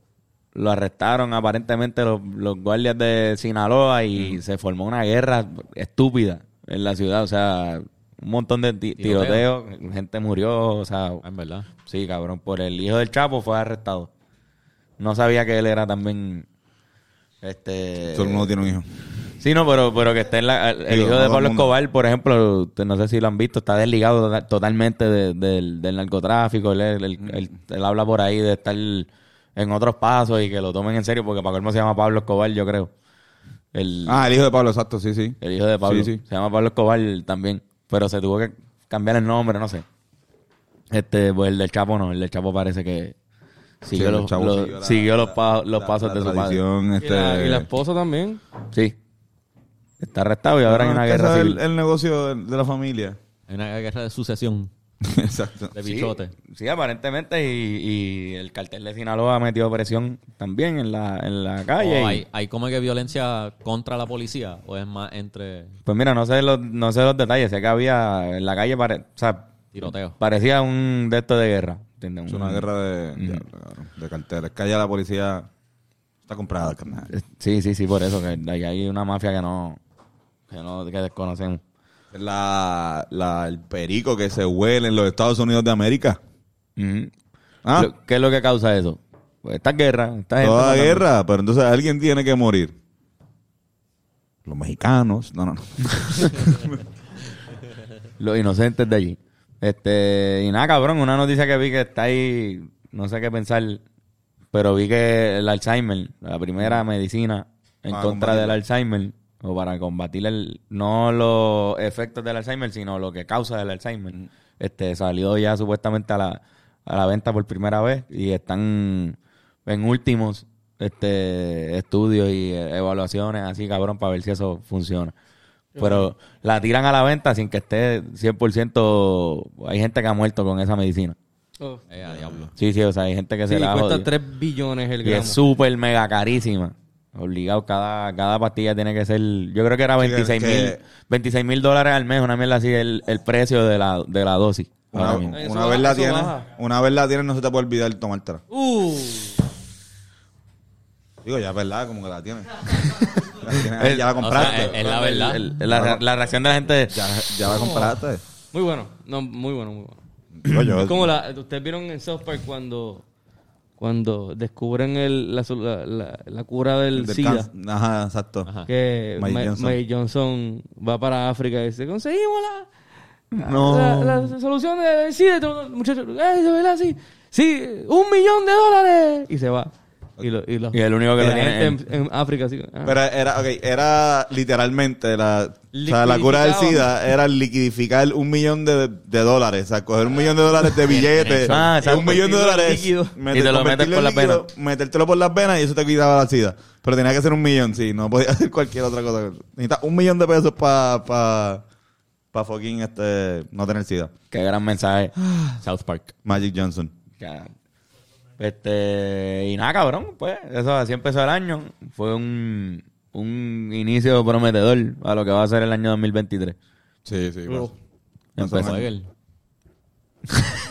Speaker 4: Lo arrestaron aparentemente los, los guardias de Sinaloa y se formó una guerra estúpida en la ciudad. O sea, un montón de ti-
Speaker 2: Tiroteo.
Speaker 4: tiroteos, gente murió, o sea,
Speaker 2: Ah, En verdad.
Speaker 4: Sí, cabrón. Por el hijo del Chapo fue arrestado. No sabía que él era también. Este.
Speaker 3: Todo el mundo tiene un hijo.
Speaker 4: Sí, no, pero, pero que está en la. El
Speaker 3: Digo,
Speaker 4: hijo
Speaker 3: todo
Speaker 4: de
Speaker 3: el
Speaker 4: Pablo
Speaker 3: mundo.
Speaker 4: Escobar, por ejemplo, usted no sé si lo han visto, está desligado to- totalmente de- del, del narcotráfico. Él, él- él- él-
Speaker 3: Mm.
Speaker 4: él habla por ahí de estar en otros pasos y que lo tomen en serio, porque para colmo se llama Pablo Escobar, yo creo. El,
Speaker 3: Ah, el hijo de Pablo, exacto, sí, sí.
Speaker 4: el hijo de Pablo.
Speaker 3: Sí, sí.
Speaker 4: Se llama Pablo Escobar también. Pero se tuvo que cambiar el nombre, no sé. Este, pues el del Chapo no. El del Chapo parece que siguió,
Speaker 3: el
Speaker 4: los,
Speaker 3: chavo
Speaker 4: los-
Speaker 3: siguió la-
Speaker 4: siguió los,
Speaker 3: la-
Speaker 4: pa- los
Speaker 3: la-
Speaker 4: pasos
Speaker 3: la
Speaker 4: de su padre.
Speaker 3: tradición,
Speaker 5: Y la,
Speaker 3: este,
Speaker 5: y la esposa también.
Speaker 4: Sí. Está arrestado y ahora hay una guerra
Speaker 3: Ese es
Speaker 4: civil.
Speaker 3: este, El, el negocio de, de la familia.
Speaker 2: Hay una guerra de sucesión
Speaker 3: Exacto.
Speaker 2: de
Speaker 4: Sí,
Speaker 2: bichote.
Speaker 4: Sí, aparentemente. Y, y el cartel de Sinaloa ha metido presión también en la, en la calle.
Speaker 2: O
Speaker 4: y-
Speaker 2: hay, ¿Hay como que violencia contra la policía o es más entre
Speaker 4: Pues mira, no sé los, no sé los detalles. Sé que había en la calle, pare- o sea,
Speaker 2: tiroteos?
Speaker 4: parecía un de estos de guerra. ¿entiendes?
Speaker 3: Es una
Speaker 4: Un-
Speaker 3: guerra de, diablo, cabrón, de carteles. Que allá la policía está comprada, carnal.
Speaker 4: Eh. Sí, sí, sí, por eso. Que hay, hay una mafia que no. que no. que desconocemos.
Speaker 3: La, la, el perico que se huele en los Estados Unidos de América.
Speaker 4: Ujú.
Speaker 3: Ah,
Speaker 4: Lo- ¿Qué es lo que causa eso? Pues esta guerra. Esta gente
Speaker 3: toda
Speaker 4: matando-
Speaker 3: guerra. Pero entonces alguien tiene que morir. Los mexicanos. No, no, no.
Speaker 4: Los inocentes de allí. Este, y nada, cabrón, una noticia que vi que está ahí, no sé qué pensar, pero vi que el Alzheimer, la primera medicina en
Speaker 3: Mm. Para
Speaker 4: contra del
Speaker 3: combatirlo.
Speaker 4: Alzheimer, o para combatir el, no los efectos del Alzheimer, sino lo que causa el Alzheimer,
Speaker 3: Mm.
Speaker 4: este, salió ya supuestamente a la, a la venta por primera vez y están en últimos este estudios y eh, evaluaciones así, cabrón, para ver si eso funciona. Pero la tiran a la venta sin que esté 100%. Hay gente que ha muerto con esa medicina.
Speaker 5: Oh.
Speaker 2: Eh, a diablo.
Speaker 4: Sí, sí, o sea, hay gente que
Speaker 5: Sí,
Speaker 4: se la ha
Speaker 5: cuesta
Speaker 4: jodido.
Speaker 5: 3 billones el
Speaker 4: Y
Speaker 5: gramo.
Speaker 4: es súper mega carísima. Obligado, cada, cada pastilla tiene que ser. Yo creo que era 26 mil
Speaker 3: que-
Speaker 4: 26 mil dólares al mes, una mierda así, el, el precio de la, de la dosis.
Speaker 3: Una,
Speaker 4: ahora mismo.
Speaker 5: Eso
Speaker 3: una
Speaker 5: baja,
Speaker 3: vez la
Speaker 5: eso
Speaker 3: tienes,
Speaker 5: baja.
Speaker 3: una vez la tienes, no se te puede olvidar tomártela.
Speaker 5: Uh,
Speaker 3: Digo, ya es verdad, como que la tienes. La tienes ahí, ya la
Speaker 2: O
Speaker 3: compraste.
Speaker 2: sea, es, es la verdad.
Speaker 4: El- la, la reacción de la gente.
Speaker 3: Ya, ya la compraste.
Speaker 5: muy bueno. No, muy bueno, muy bueno.
Speaker 3: Digo, yo-
Speaker 5: Es como la, ustedes vieron en South Park cuando, cuando descubren el, la, sol- la- la- la cura del,
Speaker 3: del
Speaker 5: SIDA.
Speaker 3: cáncer. Ajá, exacto.
Speaker 5: Que
Speaker 3: Magic
Speaker 5: Ma-
Speaker 3: Johnson.
Speaker 5: Magic Johnson va para África y dice, conseguimos la,
Speaker 3: No.
Speaker 5: la, la solución del SIDA. Y todo el mundo, Muchachos, "Ay, de verdad, sí, sí, un millón de dólares. Y se va. Y, lo, y, lo-
Speaker 4: Y el único que
Speaker 5: y
Speaker 4: lo
Speaker 5: la
Speaker 4: tiene
Speaker 5: gente en, en África, así, ah.
Speaker 3: Pero era, ok, era literalmente la, o sea, la cura del
Speaker 5: Liquidificaba.
Speaker 3: SIDA era liquidificar un millón de, de dólares. O sea, coger un millón de dólares de billetes.
Speaker 4: Ah,
Speaker 3: y
Speaker 4: exacto.
Speaker 3: un millón de
Speaker 4: Convertirlo en
Speaker 3: dólares.
Speaker 4: líquido. Y te lo metes
Speaker 3: convertirlo
Speaker 4: por
Speaker 3: en
Speaker 4: las
Speaker 3: líquido,
Speaker 4: venas.
Speaker 3: Metértelo por las venas y eso te quitaba la SIDA. Pero tenía que ser un millón, sí. No podía hacer cualquier otra cosa. Necesitas un millón de pesos para pa, pa fucking este, no tener SIDA.
Speaker 4: Qué gran mensaje.
Speaker 2: South Park.
Speaker 3: Magic Johnson.
Speaker 4: Ya. Este, y nada, cabrón, pues, eso así empezó el año. Fue un, un inicio prometedor a lo que va a ser el año 2023.
Speaker 3: Sí, sí.
Speaker 5: pues.
Speaker 2: A fuego.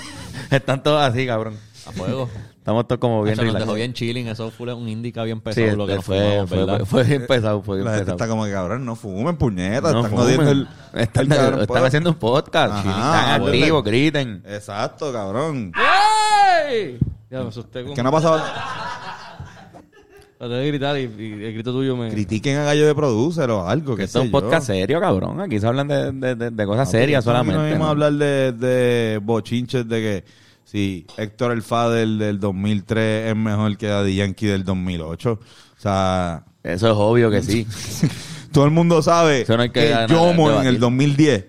Speaker 4: Están todos así, cabrón.
Speaker 2: A fuego.
Speaker 4: Estamos todos como bien
Speaker 2: Eso nos dejó
Speaker 4: relajados.
Speaker 2: bien chilling. Eso fue un indica bien
Speaker 4: Sí,
Speaker 2: pesado lo que
Speaker 4: este,
Speaker 2: nos
Speaker 4: fue,
Speaker 2: fue,
Speaker 4: fue, fue bien pesado, fue bien
Speaker 3: La gente
Speaker 4: pesado.
Speaker 3: está como que cabrón, no fumen, puñetas.
Speaker 4: No
Speaker 3: están
Speaker 4: fumen.
Speaker 3: jodiendo el.
Speaker 4: Están-
Speaker 3: el cabrón,
Speaker 4: están
Speaker 3: pueblo.
Speaker 4: haciendo un podcast.
Speaker 3: Ajá, pues,
Speaker 4: chilling, están
Speaker 3: vuelven.
Speaker 4: activos, griten.
Speaker 3: Exacto, cabrón.
Speaker 5: Ah. ¡Ey! Ya me asusté con...
Speaker 3: Que no ha pasado.
Speaker 5: Traté de gritar y, y el grito tuyo me...
Speaker 3: Critiquen a Gallo de Producer o algo. Que
Speaker 4: Esto es un podcast serio, cabrón. Aquí se hablan de, de- de- de
Speaker 3: Ah,
Speaker 4: cosas serias solamente.
Speaker 3: No pues, vamos
Speaker 4: ¿no?
Speaker 3: a hablar de, de bochinches de que si Héctor el Fadel del 2003 es mejor que Daddy Yankee del 2008. O sea,
Speaker 4: Eso es obvio que sí.
Speaker 3: todo el mundo sabe
Speaker 4: Eso no hay que
Speaker 3: que,
Speaker 4: ganar,
Speaker 3: Yomo en
Speaker 4: debatir.
Speaker 3: el 2010.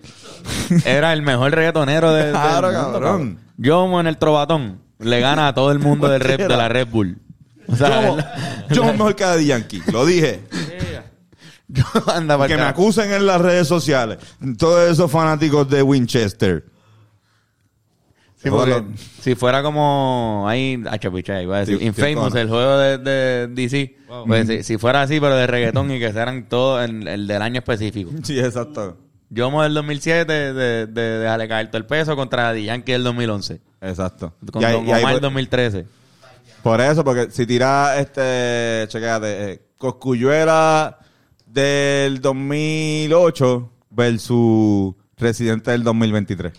Speaker 4: Era el mejor reggaetonero de,
Speaker 3: Claro,
Speaker 4: del mundo,
Speaker 3: cabrón.
Speaker 4: Yomo en el trovatón le gana a todo el mundo del rep, de la Red Bull. O sea,
Speaker 3: Yomo, Yomo es mejor que Daddy Yankee. Lo dije.
Speaker 4: yo anda para
Speaker 3: que me acusen en las redes sociales. Todos esos fanáticos de Winchester. Todos los-
Speaker 4: Si fuera como ahí, a chapicha, iba a decir,
Speaker 3: Sí,
Speaker 4: Infamous,
Speaker 3: Tijuana.
Speaker 4: el juego de, de DC. Pues, si, si fuera así, pero de reggaetón y que fueran todos en el del año específico.
Speaker 3: Sí, exacto.
Speaker 4: Yomo del 2007, de, de, de Déjale caer todo el peso contra Daddy Yankee del 2011.
Speaker 3: Exacto.
Speaker 4: Con
Speaker 3: Y ahí-
Speaker 4: Don
Speaker 3: y ahí
Speaker 4: Omar
Speaker 3: fue-
Speaker 4: 2013.
Speaker 3: Por eso, porque si tira este, checate, eh, Cosculluela del 2008 versus Residente del 2023.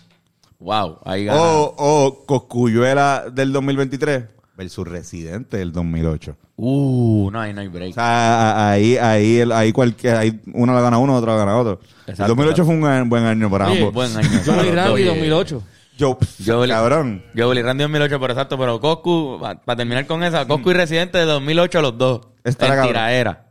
Speaker 4: Wow, ahí gana.
Speaker 3: O, o Cosculluela del 2023 versus Residente del 2008.
Speaker 4: Uh, no, ahí no hay break.
Speaker 3: O sea, a- a- ahí, ahí, el- ahí, cualquier, ahí uno la gana uno, otro la gana otro.
Speaker 4: Exacto,
Speaker 3: el 2008 fue un gran- buen año para
Speaker 5: Oye,
Speaker 3: ambos.
Speaker 4: buen año.
Speaker 5: Johnny Randy
Speaker 2: Oye.
Speaker 5: 2008.
Speaker 3: Yo,
Speaker 4: Yo-
Speaker 3: cabrón.
Speaker 4: Yo, Billy Randy 2008, por exacto, pero Coscu, para terminar con esa, Coscu y Residente de 2008, los dos.
Speaker 3: Está
Speaker 4: en
Speaker 3: Mm. cabrón.
Speaker 4: tiraera.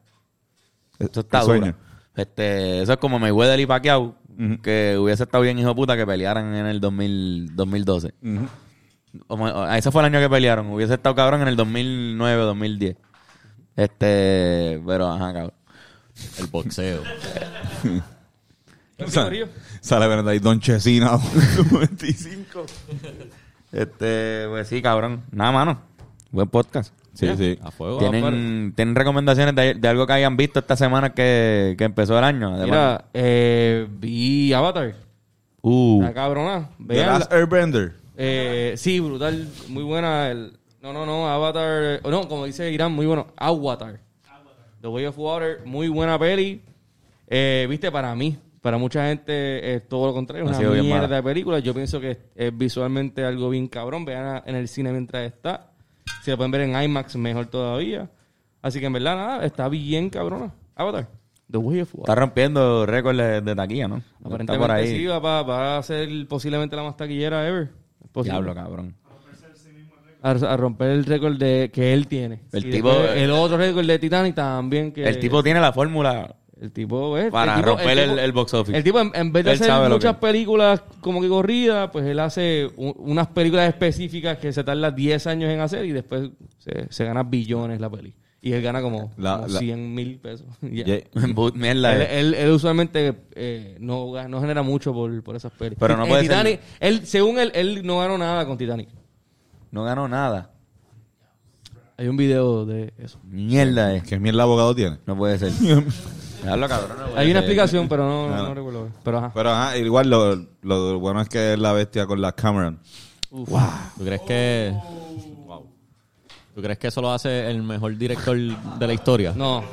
Speaker 4: Eso está
Speaker 3: El sueño.
Speaker 4: duro. Este, eso es como Mayweather y Pacquiao, que hubiese estado bien hijo de puta que pelearan en el 2000, 2012.
Speaker 3: Ujú.
Speaker 4: Como- ah, ese fue el año que pelearon. Hubiese estado cabrón en el 2009 o 2010. Este, pero ajá, cabrón.
Speaker 2: El boxeo.
Speaker 3: Sa- Sale Bernardo ahí, Don Chesina, 95.
Speaker 4: Este, pues sí, cabrón. Nada, mano. Buen podcast.
Speaker 3: Sí,
Speaker 2: Ya,
Speaker 3: sí.
Speaker 2: A fuego.
Speaker 4: ¿Tienen, ¿tienen recomendaciones de, de algo que hayan visto esta semana que, que empezó el año? Además.
Speaker 5: Mira, eh, vi Avatar.
Speaker 4: Uh,
Speaker 5: La cabrona.
Speaker 3: The
Speaker 5: Vean.
Speaker 3: Last Airbender.
Speaker 5: Eh, sí, brutal. Muy buena. El... No, no, no. Avatar. eh, No, como dice Irán, muy bueno. Avatar. The Way of Water. Muy buena peli. Eh, Viste, para mí, para mucha gente es todo lo contrario.
Speaker 4: Ha
Speaker 5: Una
Speaker 4: sido bien
Speaker 5: mierda
Speaker 4: mala.
Speaker 5: de película. Yo pienso que es, es visualmente algo bien cabrón. Vean en el cine mientras está. Si la pueden ver en IMAX, mejor todavía. Así que en verdad, nada. Está bien cabrona. Avatar. The Way of Water.
Speaker 4: está rompiendo récords de, de taquilla, ¿no? Está
Speaker 5: Aparentemente
Speaker 4: por ahí.
Speaker 5: sí, va, pa- va a ser posiblemente la más taquillera ever. Es posible.
Speaker 4: Diablo, cabrón.
Speaker 5: A, a romper el récord de, que él tiene.
Speaker 4: El
Speaker 5: Y
Speaker 4: tipo- eh,
Speaker 5: después El otro récord de Titanic también. Que,
Speaker 4: El tipo tiene la fórmula.
Speaker 5: El tipo es.
Speaker 4: Para
Speaker 5: tipo-
Speaker 4: romper el-
Speaker 5: tipo-
Speaker 4: el box office.
Speaker 5: El tipo, en, en vez de
Speaker 4: Él sabe
Speaker 5: hacer
Speaker 4: lo
Speaker 5: muchas
Speaker 4: que-
Speaker 5: películas como que corridas, pues él hace u- unas películas específicas que se tarda 10 años en hacer y después se, se gana billones la peli. Y él gana como,
Speaker 3: La- la-
Speaker 5: 100 mil pesos. Ya.
Speaker 3: Ye-
Speaker 4: But- Mierda.
Speaker 5: Él,
Speaker 4: eh.
Speaker 5: él- él usualmente eh, no, ga- no genera mucho por, por esas pelis.
Speaker 4: Pero no
Speaker 5: En
Speaker 4: puede ser-
Speaker 5: Titanic, él, según él, él no ganó nada con Titanic.
Speaker 4: No ganó nada.
Speaker 5: Hay un video de eso.
Speaker 4: Mierda, eh.
Speaker 3: ¿Qué mierda abogado tiene?
Speaker 4: No puede ser. Diablo, cabrón. Eh, no puede
Speaker 5: Hay una
Speaker 4: ser.
Speaker 5: explicación, pero no,
Speaker 3: Claro.
Speaker 5: no recuerdo. Pero ajá.
Speaker 3: Pero ajá, igual lo, lo bueno es que es la bestia con la Cameron.
Speaker 2: ¿Tú crees que. ¿Tú crees que eso lo hace el mejor director de la historia?
Speaker 5: No,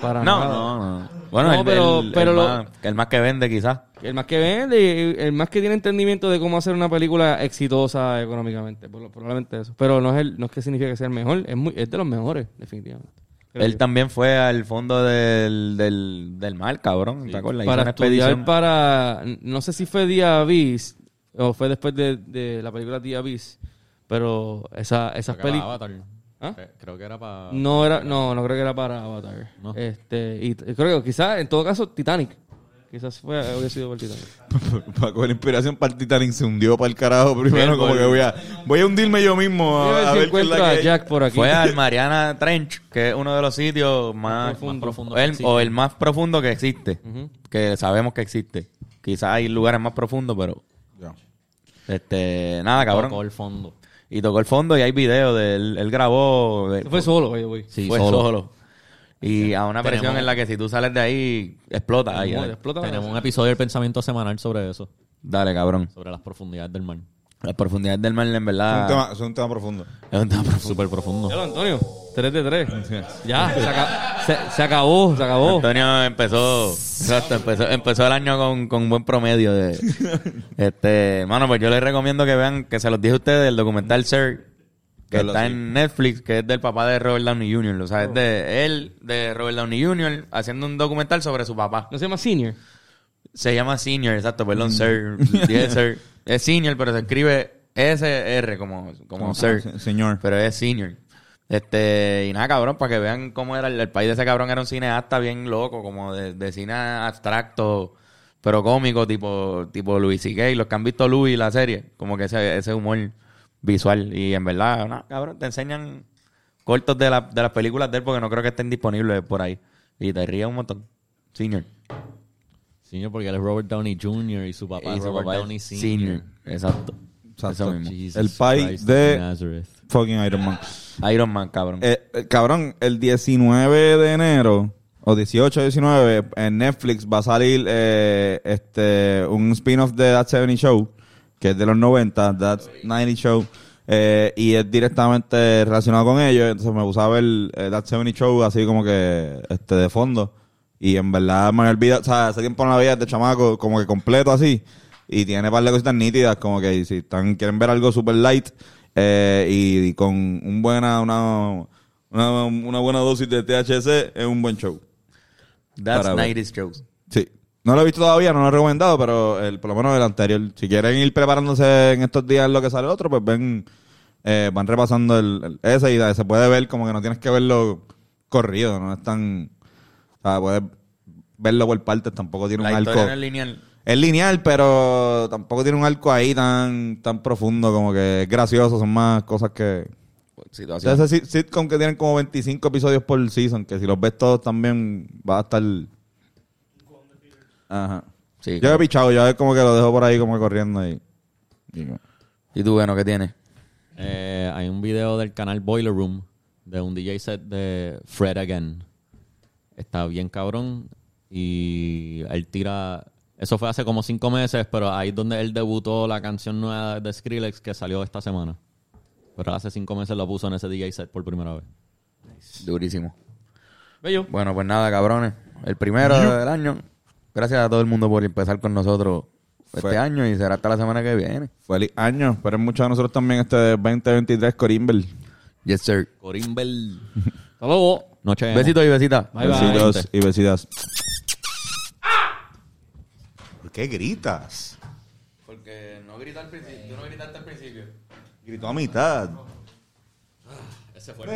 Speaker 5: para
Speaker 4: No,
Speaker 5: nada.
Speaker 4: no, no. Bueno,
Speaker 5: No,
Speaker 4: el- el,
Speaker 5: pero-
Speaker 4: el
Speaker 5: pero lo-
Speaker 4: más, el más que vende, quizás.
Speaker 5: El más que vende, el más que tiene entendimiento de cómo hacer una película exitosa económicamente. por lo- Probablemente eso. Pero no es, el, no es que significa que sea el mejor. Es, muy, es de los mejores, definitivamente. Creo
Speaker 4: Él
Speaker 5: yo.
Speaker 4: también fue al fondo del, del, del mar, cabrón. ¿Te acuerdas? Hizo
Speaker 5: para
Speaker 4: una
Speaker 5: estudiar
Speaker 4: expedición.
Speaker 5: para no sé si fue Diabis o fue después de, de la película Diabis pero esa esas
Speaker 2: Creo que para
Speaker 5: películas
Speaker 2: Avatar.
Speaker 5: ¿Ah?
Speaker 2: Cre- Creo que era para.
Speaker 4: Mm,
Speaker 5: no era no no creo que era para Avatar
Speaker 2: No.
Speaker 5: este y t- creo que quizás en todo caso Titanic quizás fue había sido por Titanic
Speaker 3: Para coger inspiración para el Titanic se hundió para el carajo primero.
Speaker 4: Bien,
Speaker 3: Como
Speaker 4: voy.
Speaker 3: que voy a, voy a hundirme yo mismo
Speaker 5: Voy a ver
Speaker 3: a, a
Speaker 5: si
Speaker 3: ver qué es
Speaker 5: encuentro
Speaker 3: la
Speaker 5: a
Speaker 3: que hay.
Speaker 5: Jack por aquí
Speaker 4: Fue al Mariana Trench, que es uno de los sitios más,
Speaker 5: profundo.
Speaker 4: profundos. o el más profundo que existe. Que sabemos que existe. Quizás hay lugares más profundos, pero.
Speaker 3: Ya.
Speaker 4: Este, nada, cabrón.
Speaker 2: Tocó el fondo.
Speaker 4: Y tocó el fondo y hay video de él. Él grabó. de-
Speaker 5: fue solo by the way.
Speaker 2: Sí,
Speaker 4: fue
Speaker 2: solo.
Speaker 4: solo. Y a una presión
Speaker 2: Tenemos-
Speaker 4: en la que si tú sales de ahí, explota. ahí,
Speaker 5: Como que
Speaker 4: dale.
Speaker 5: explota la
Speaker 2: Tenemos
Speaker 5: cabeza.
Speaker 2: un episodio del pensamiento semanal sobre eso.
Speaker 4: Dale, cabrón.
Speaker 2: Sobre las profundidades del mar.
Speaker 4: La profundidad del mar, en
Speaker 3: Es un
Speaker 4: verdad.
Speaker 3: tema- es un tema profundo.
Speaker 4: Es un tema profundo.
Speaker 2: Súper profundo.
Speaker 5: Hello, Antonio 3 de 3 ya se, aca- se- se acabó se
Speaker 3: Oh.
Speaker 5: acabó
Speaker 4: Antonio empezó, exacto, empezó, empezó el año con, con buen promedio de este, mano, pues yo les recomiendo que vean, que se los dije a ustedes, el documental Sir, que
Speaker 3: Claro,
Speaker 4: está
Speaker 3: sí. Oh.
Speaker 4: en Netflix, que es del papá de Robert Downey Jr. O sea, es de él, de Robert Downey Jr. haciendo un documental sobre su papá.
Speaker 5: no se llama Senior
Speaker 4: Se llama Senior, exacto,
Speaker 3: Mm.
Speaker 4: perdón, Sir. Dije Sir. Es Senior, pero se escribe SR como, como
Speaker 3: Como
Speaker 4: Sir.
Speaker 3: se- señor.
Speaker 4: Pero es Senior. Este, y nada, cabrón, para que vean cómo era el, el país de ese cabrón. Era un cineasta bien loco, como de, de cine abstracto, pero cómico, tipo, tipo Louis C.K. Los que han visto Louis, la serie, como que ese, ese humor visual. Y en verdad, nada, cabrón, te enseñan cortos de, la- de las películas de él porque no creo que estén disponibles por ahí. Y te ríes un montón. Senior.
Speaker 2: Señor, porque él es Robert Downey Jr. y su papá
Speaker 4: Y
Speaker 2: es
Speaker 4: su
Speaker 2: Robert
Speaker 4: papá es
Speaker 2: Downey
Speaker 4: Senior.
Speaker 2: Sr.
Speaker 4: Exacto. Eso mismo.
Speaker 2: Jesus
Speaker 3: El pai
Speaker 2: Christ
Speaker 3: de-
Speaker 2: Nazareth.
Speaker 3: Fucking Iron Man.
Speaker 4: Iron Man, cabrón.
Speaker 3: Eh, eh, cabrón, el 19 de enero, o 18 19, en Netflix va a salir eh, este un spin-off de That 70 Show, que es de los 90, That 90 Show, eh, y es directamente relacionado con ellos. Entonces me puse a ver eh, That 70 Show así como que este de fondo. Y en verdad me olvida, o sea, hace tiempo no la veía este chamaco como que completo así. Y tiene par de cositas nítidas, como que si están, quieren ver algo super light eh, y, con un buena, una, una, una buena dosis de THC, es un buen show.
Speaker 4: That's
Speaker 3: para ver.
Speaker 4: 90's shows.
Speaker 3: Sí. No lo he visto todavía, no lo he recomendado, pero el, por lo menos el anterior. Si quieren ir preparándose en estos días lo que sale otro, pues ven, eh, van repasando el, el- ese y se puede ver como que no tienes que verlo corrido, no es tan... O sea, puedes verlo por partes, tampoco tiene
Speaker 4: La
Speaker 3: un
Speaker 4: historia
Speaker 3: arco...
Speaker 4: no es lineal.
Speaker 3: Es lineal, pero tampoco tiene un arco ahí tan, tan profundo, como que es gracioso, son más cosas que... O sea,
Speaker 4: Situación.
Speaker 3: ese sit- sitcom que tienen como 25 episodios por season, que si los ves todos también va a estar... Ajá.
Speaker 4: Sí.
Speaker 3: Yo he pichado, yo como que lo dejo por ahí como que corriendo y... y-
Speaker 4: ¿Y tú, bueno, qué tienes?
Speaker 2: Eh, hay un video del canal Boiler Room de un DJ set de Fred Again. Está bien cabrón y él tira... Eso fue hace como cinco meses, pero ahí es donde él debutó la canción nueva de Skrillex que salió esta semana. Pero hace cinco meses lo puso en ese DJ set por primera vez.
Speaker 4: Durísimo.
Speaker 5: Bello.
Speaker 4: Bueno, pues nada, cabrones. El primero del año. Gracias a todo el mundo por empezar con nosotros
Speaker 3: Fue-
Speaker 4: este año y será hasta la semana que viene.
Speaker 3: Feliz año. Pero muchos de nosotros también este 2023 Corimber.
Speaker 4: Yes, sir.
Speaker 2: Corín Bell.
Speaker 5: Hasta luego.
Speaker 2: Noche. emo.
Speaker 4: Besitos y besitas.
Speaker 5: Bye, bye.
Speaker 3: Besitos y besitas. ¿Por qué gritas?
Speaker 4: Porque no gritaste al principio. Tú no gritaste al principio.
Speaker 3: Gritó a mitad.
Speaker 2: Ese fue el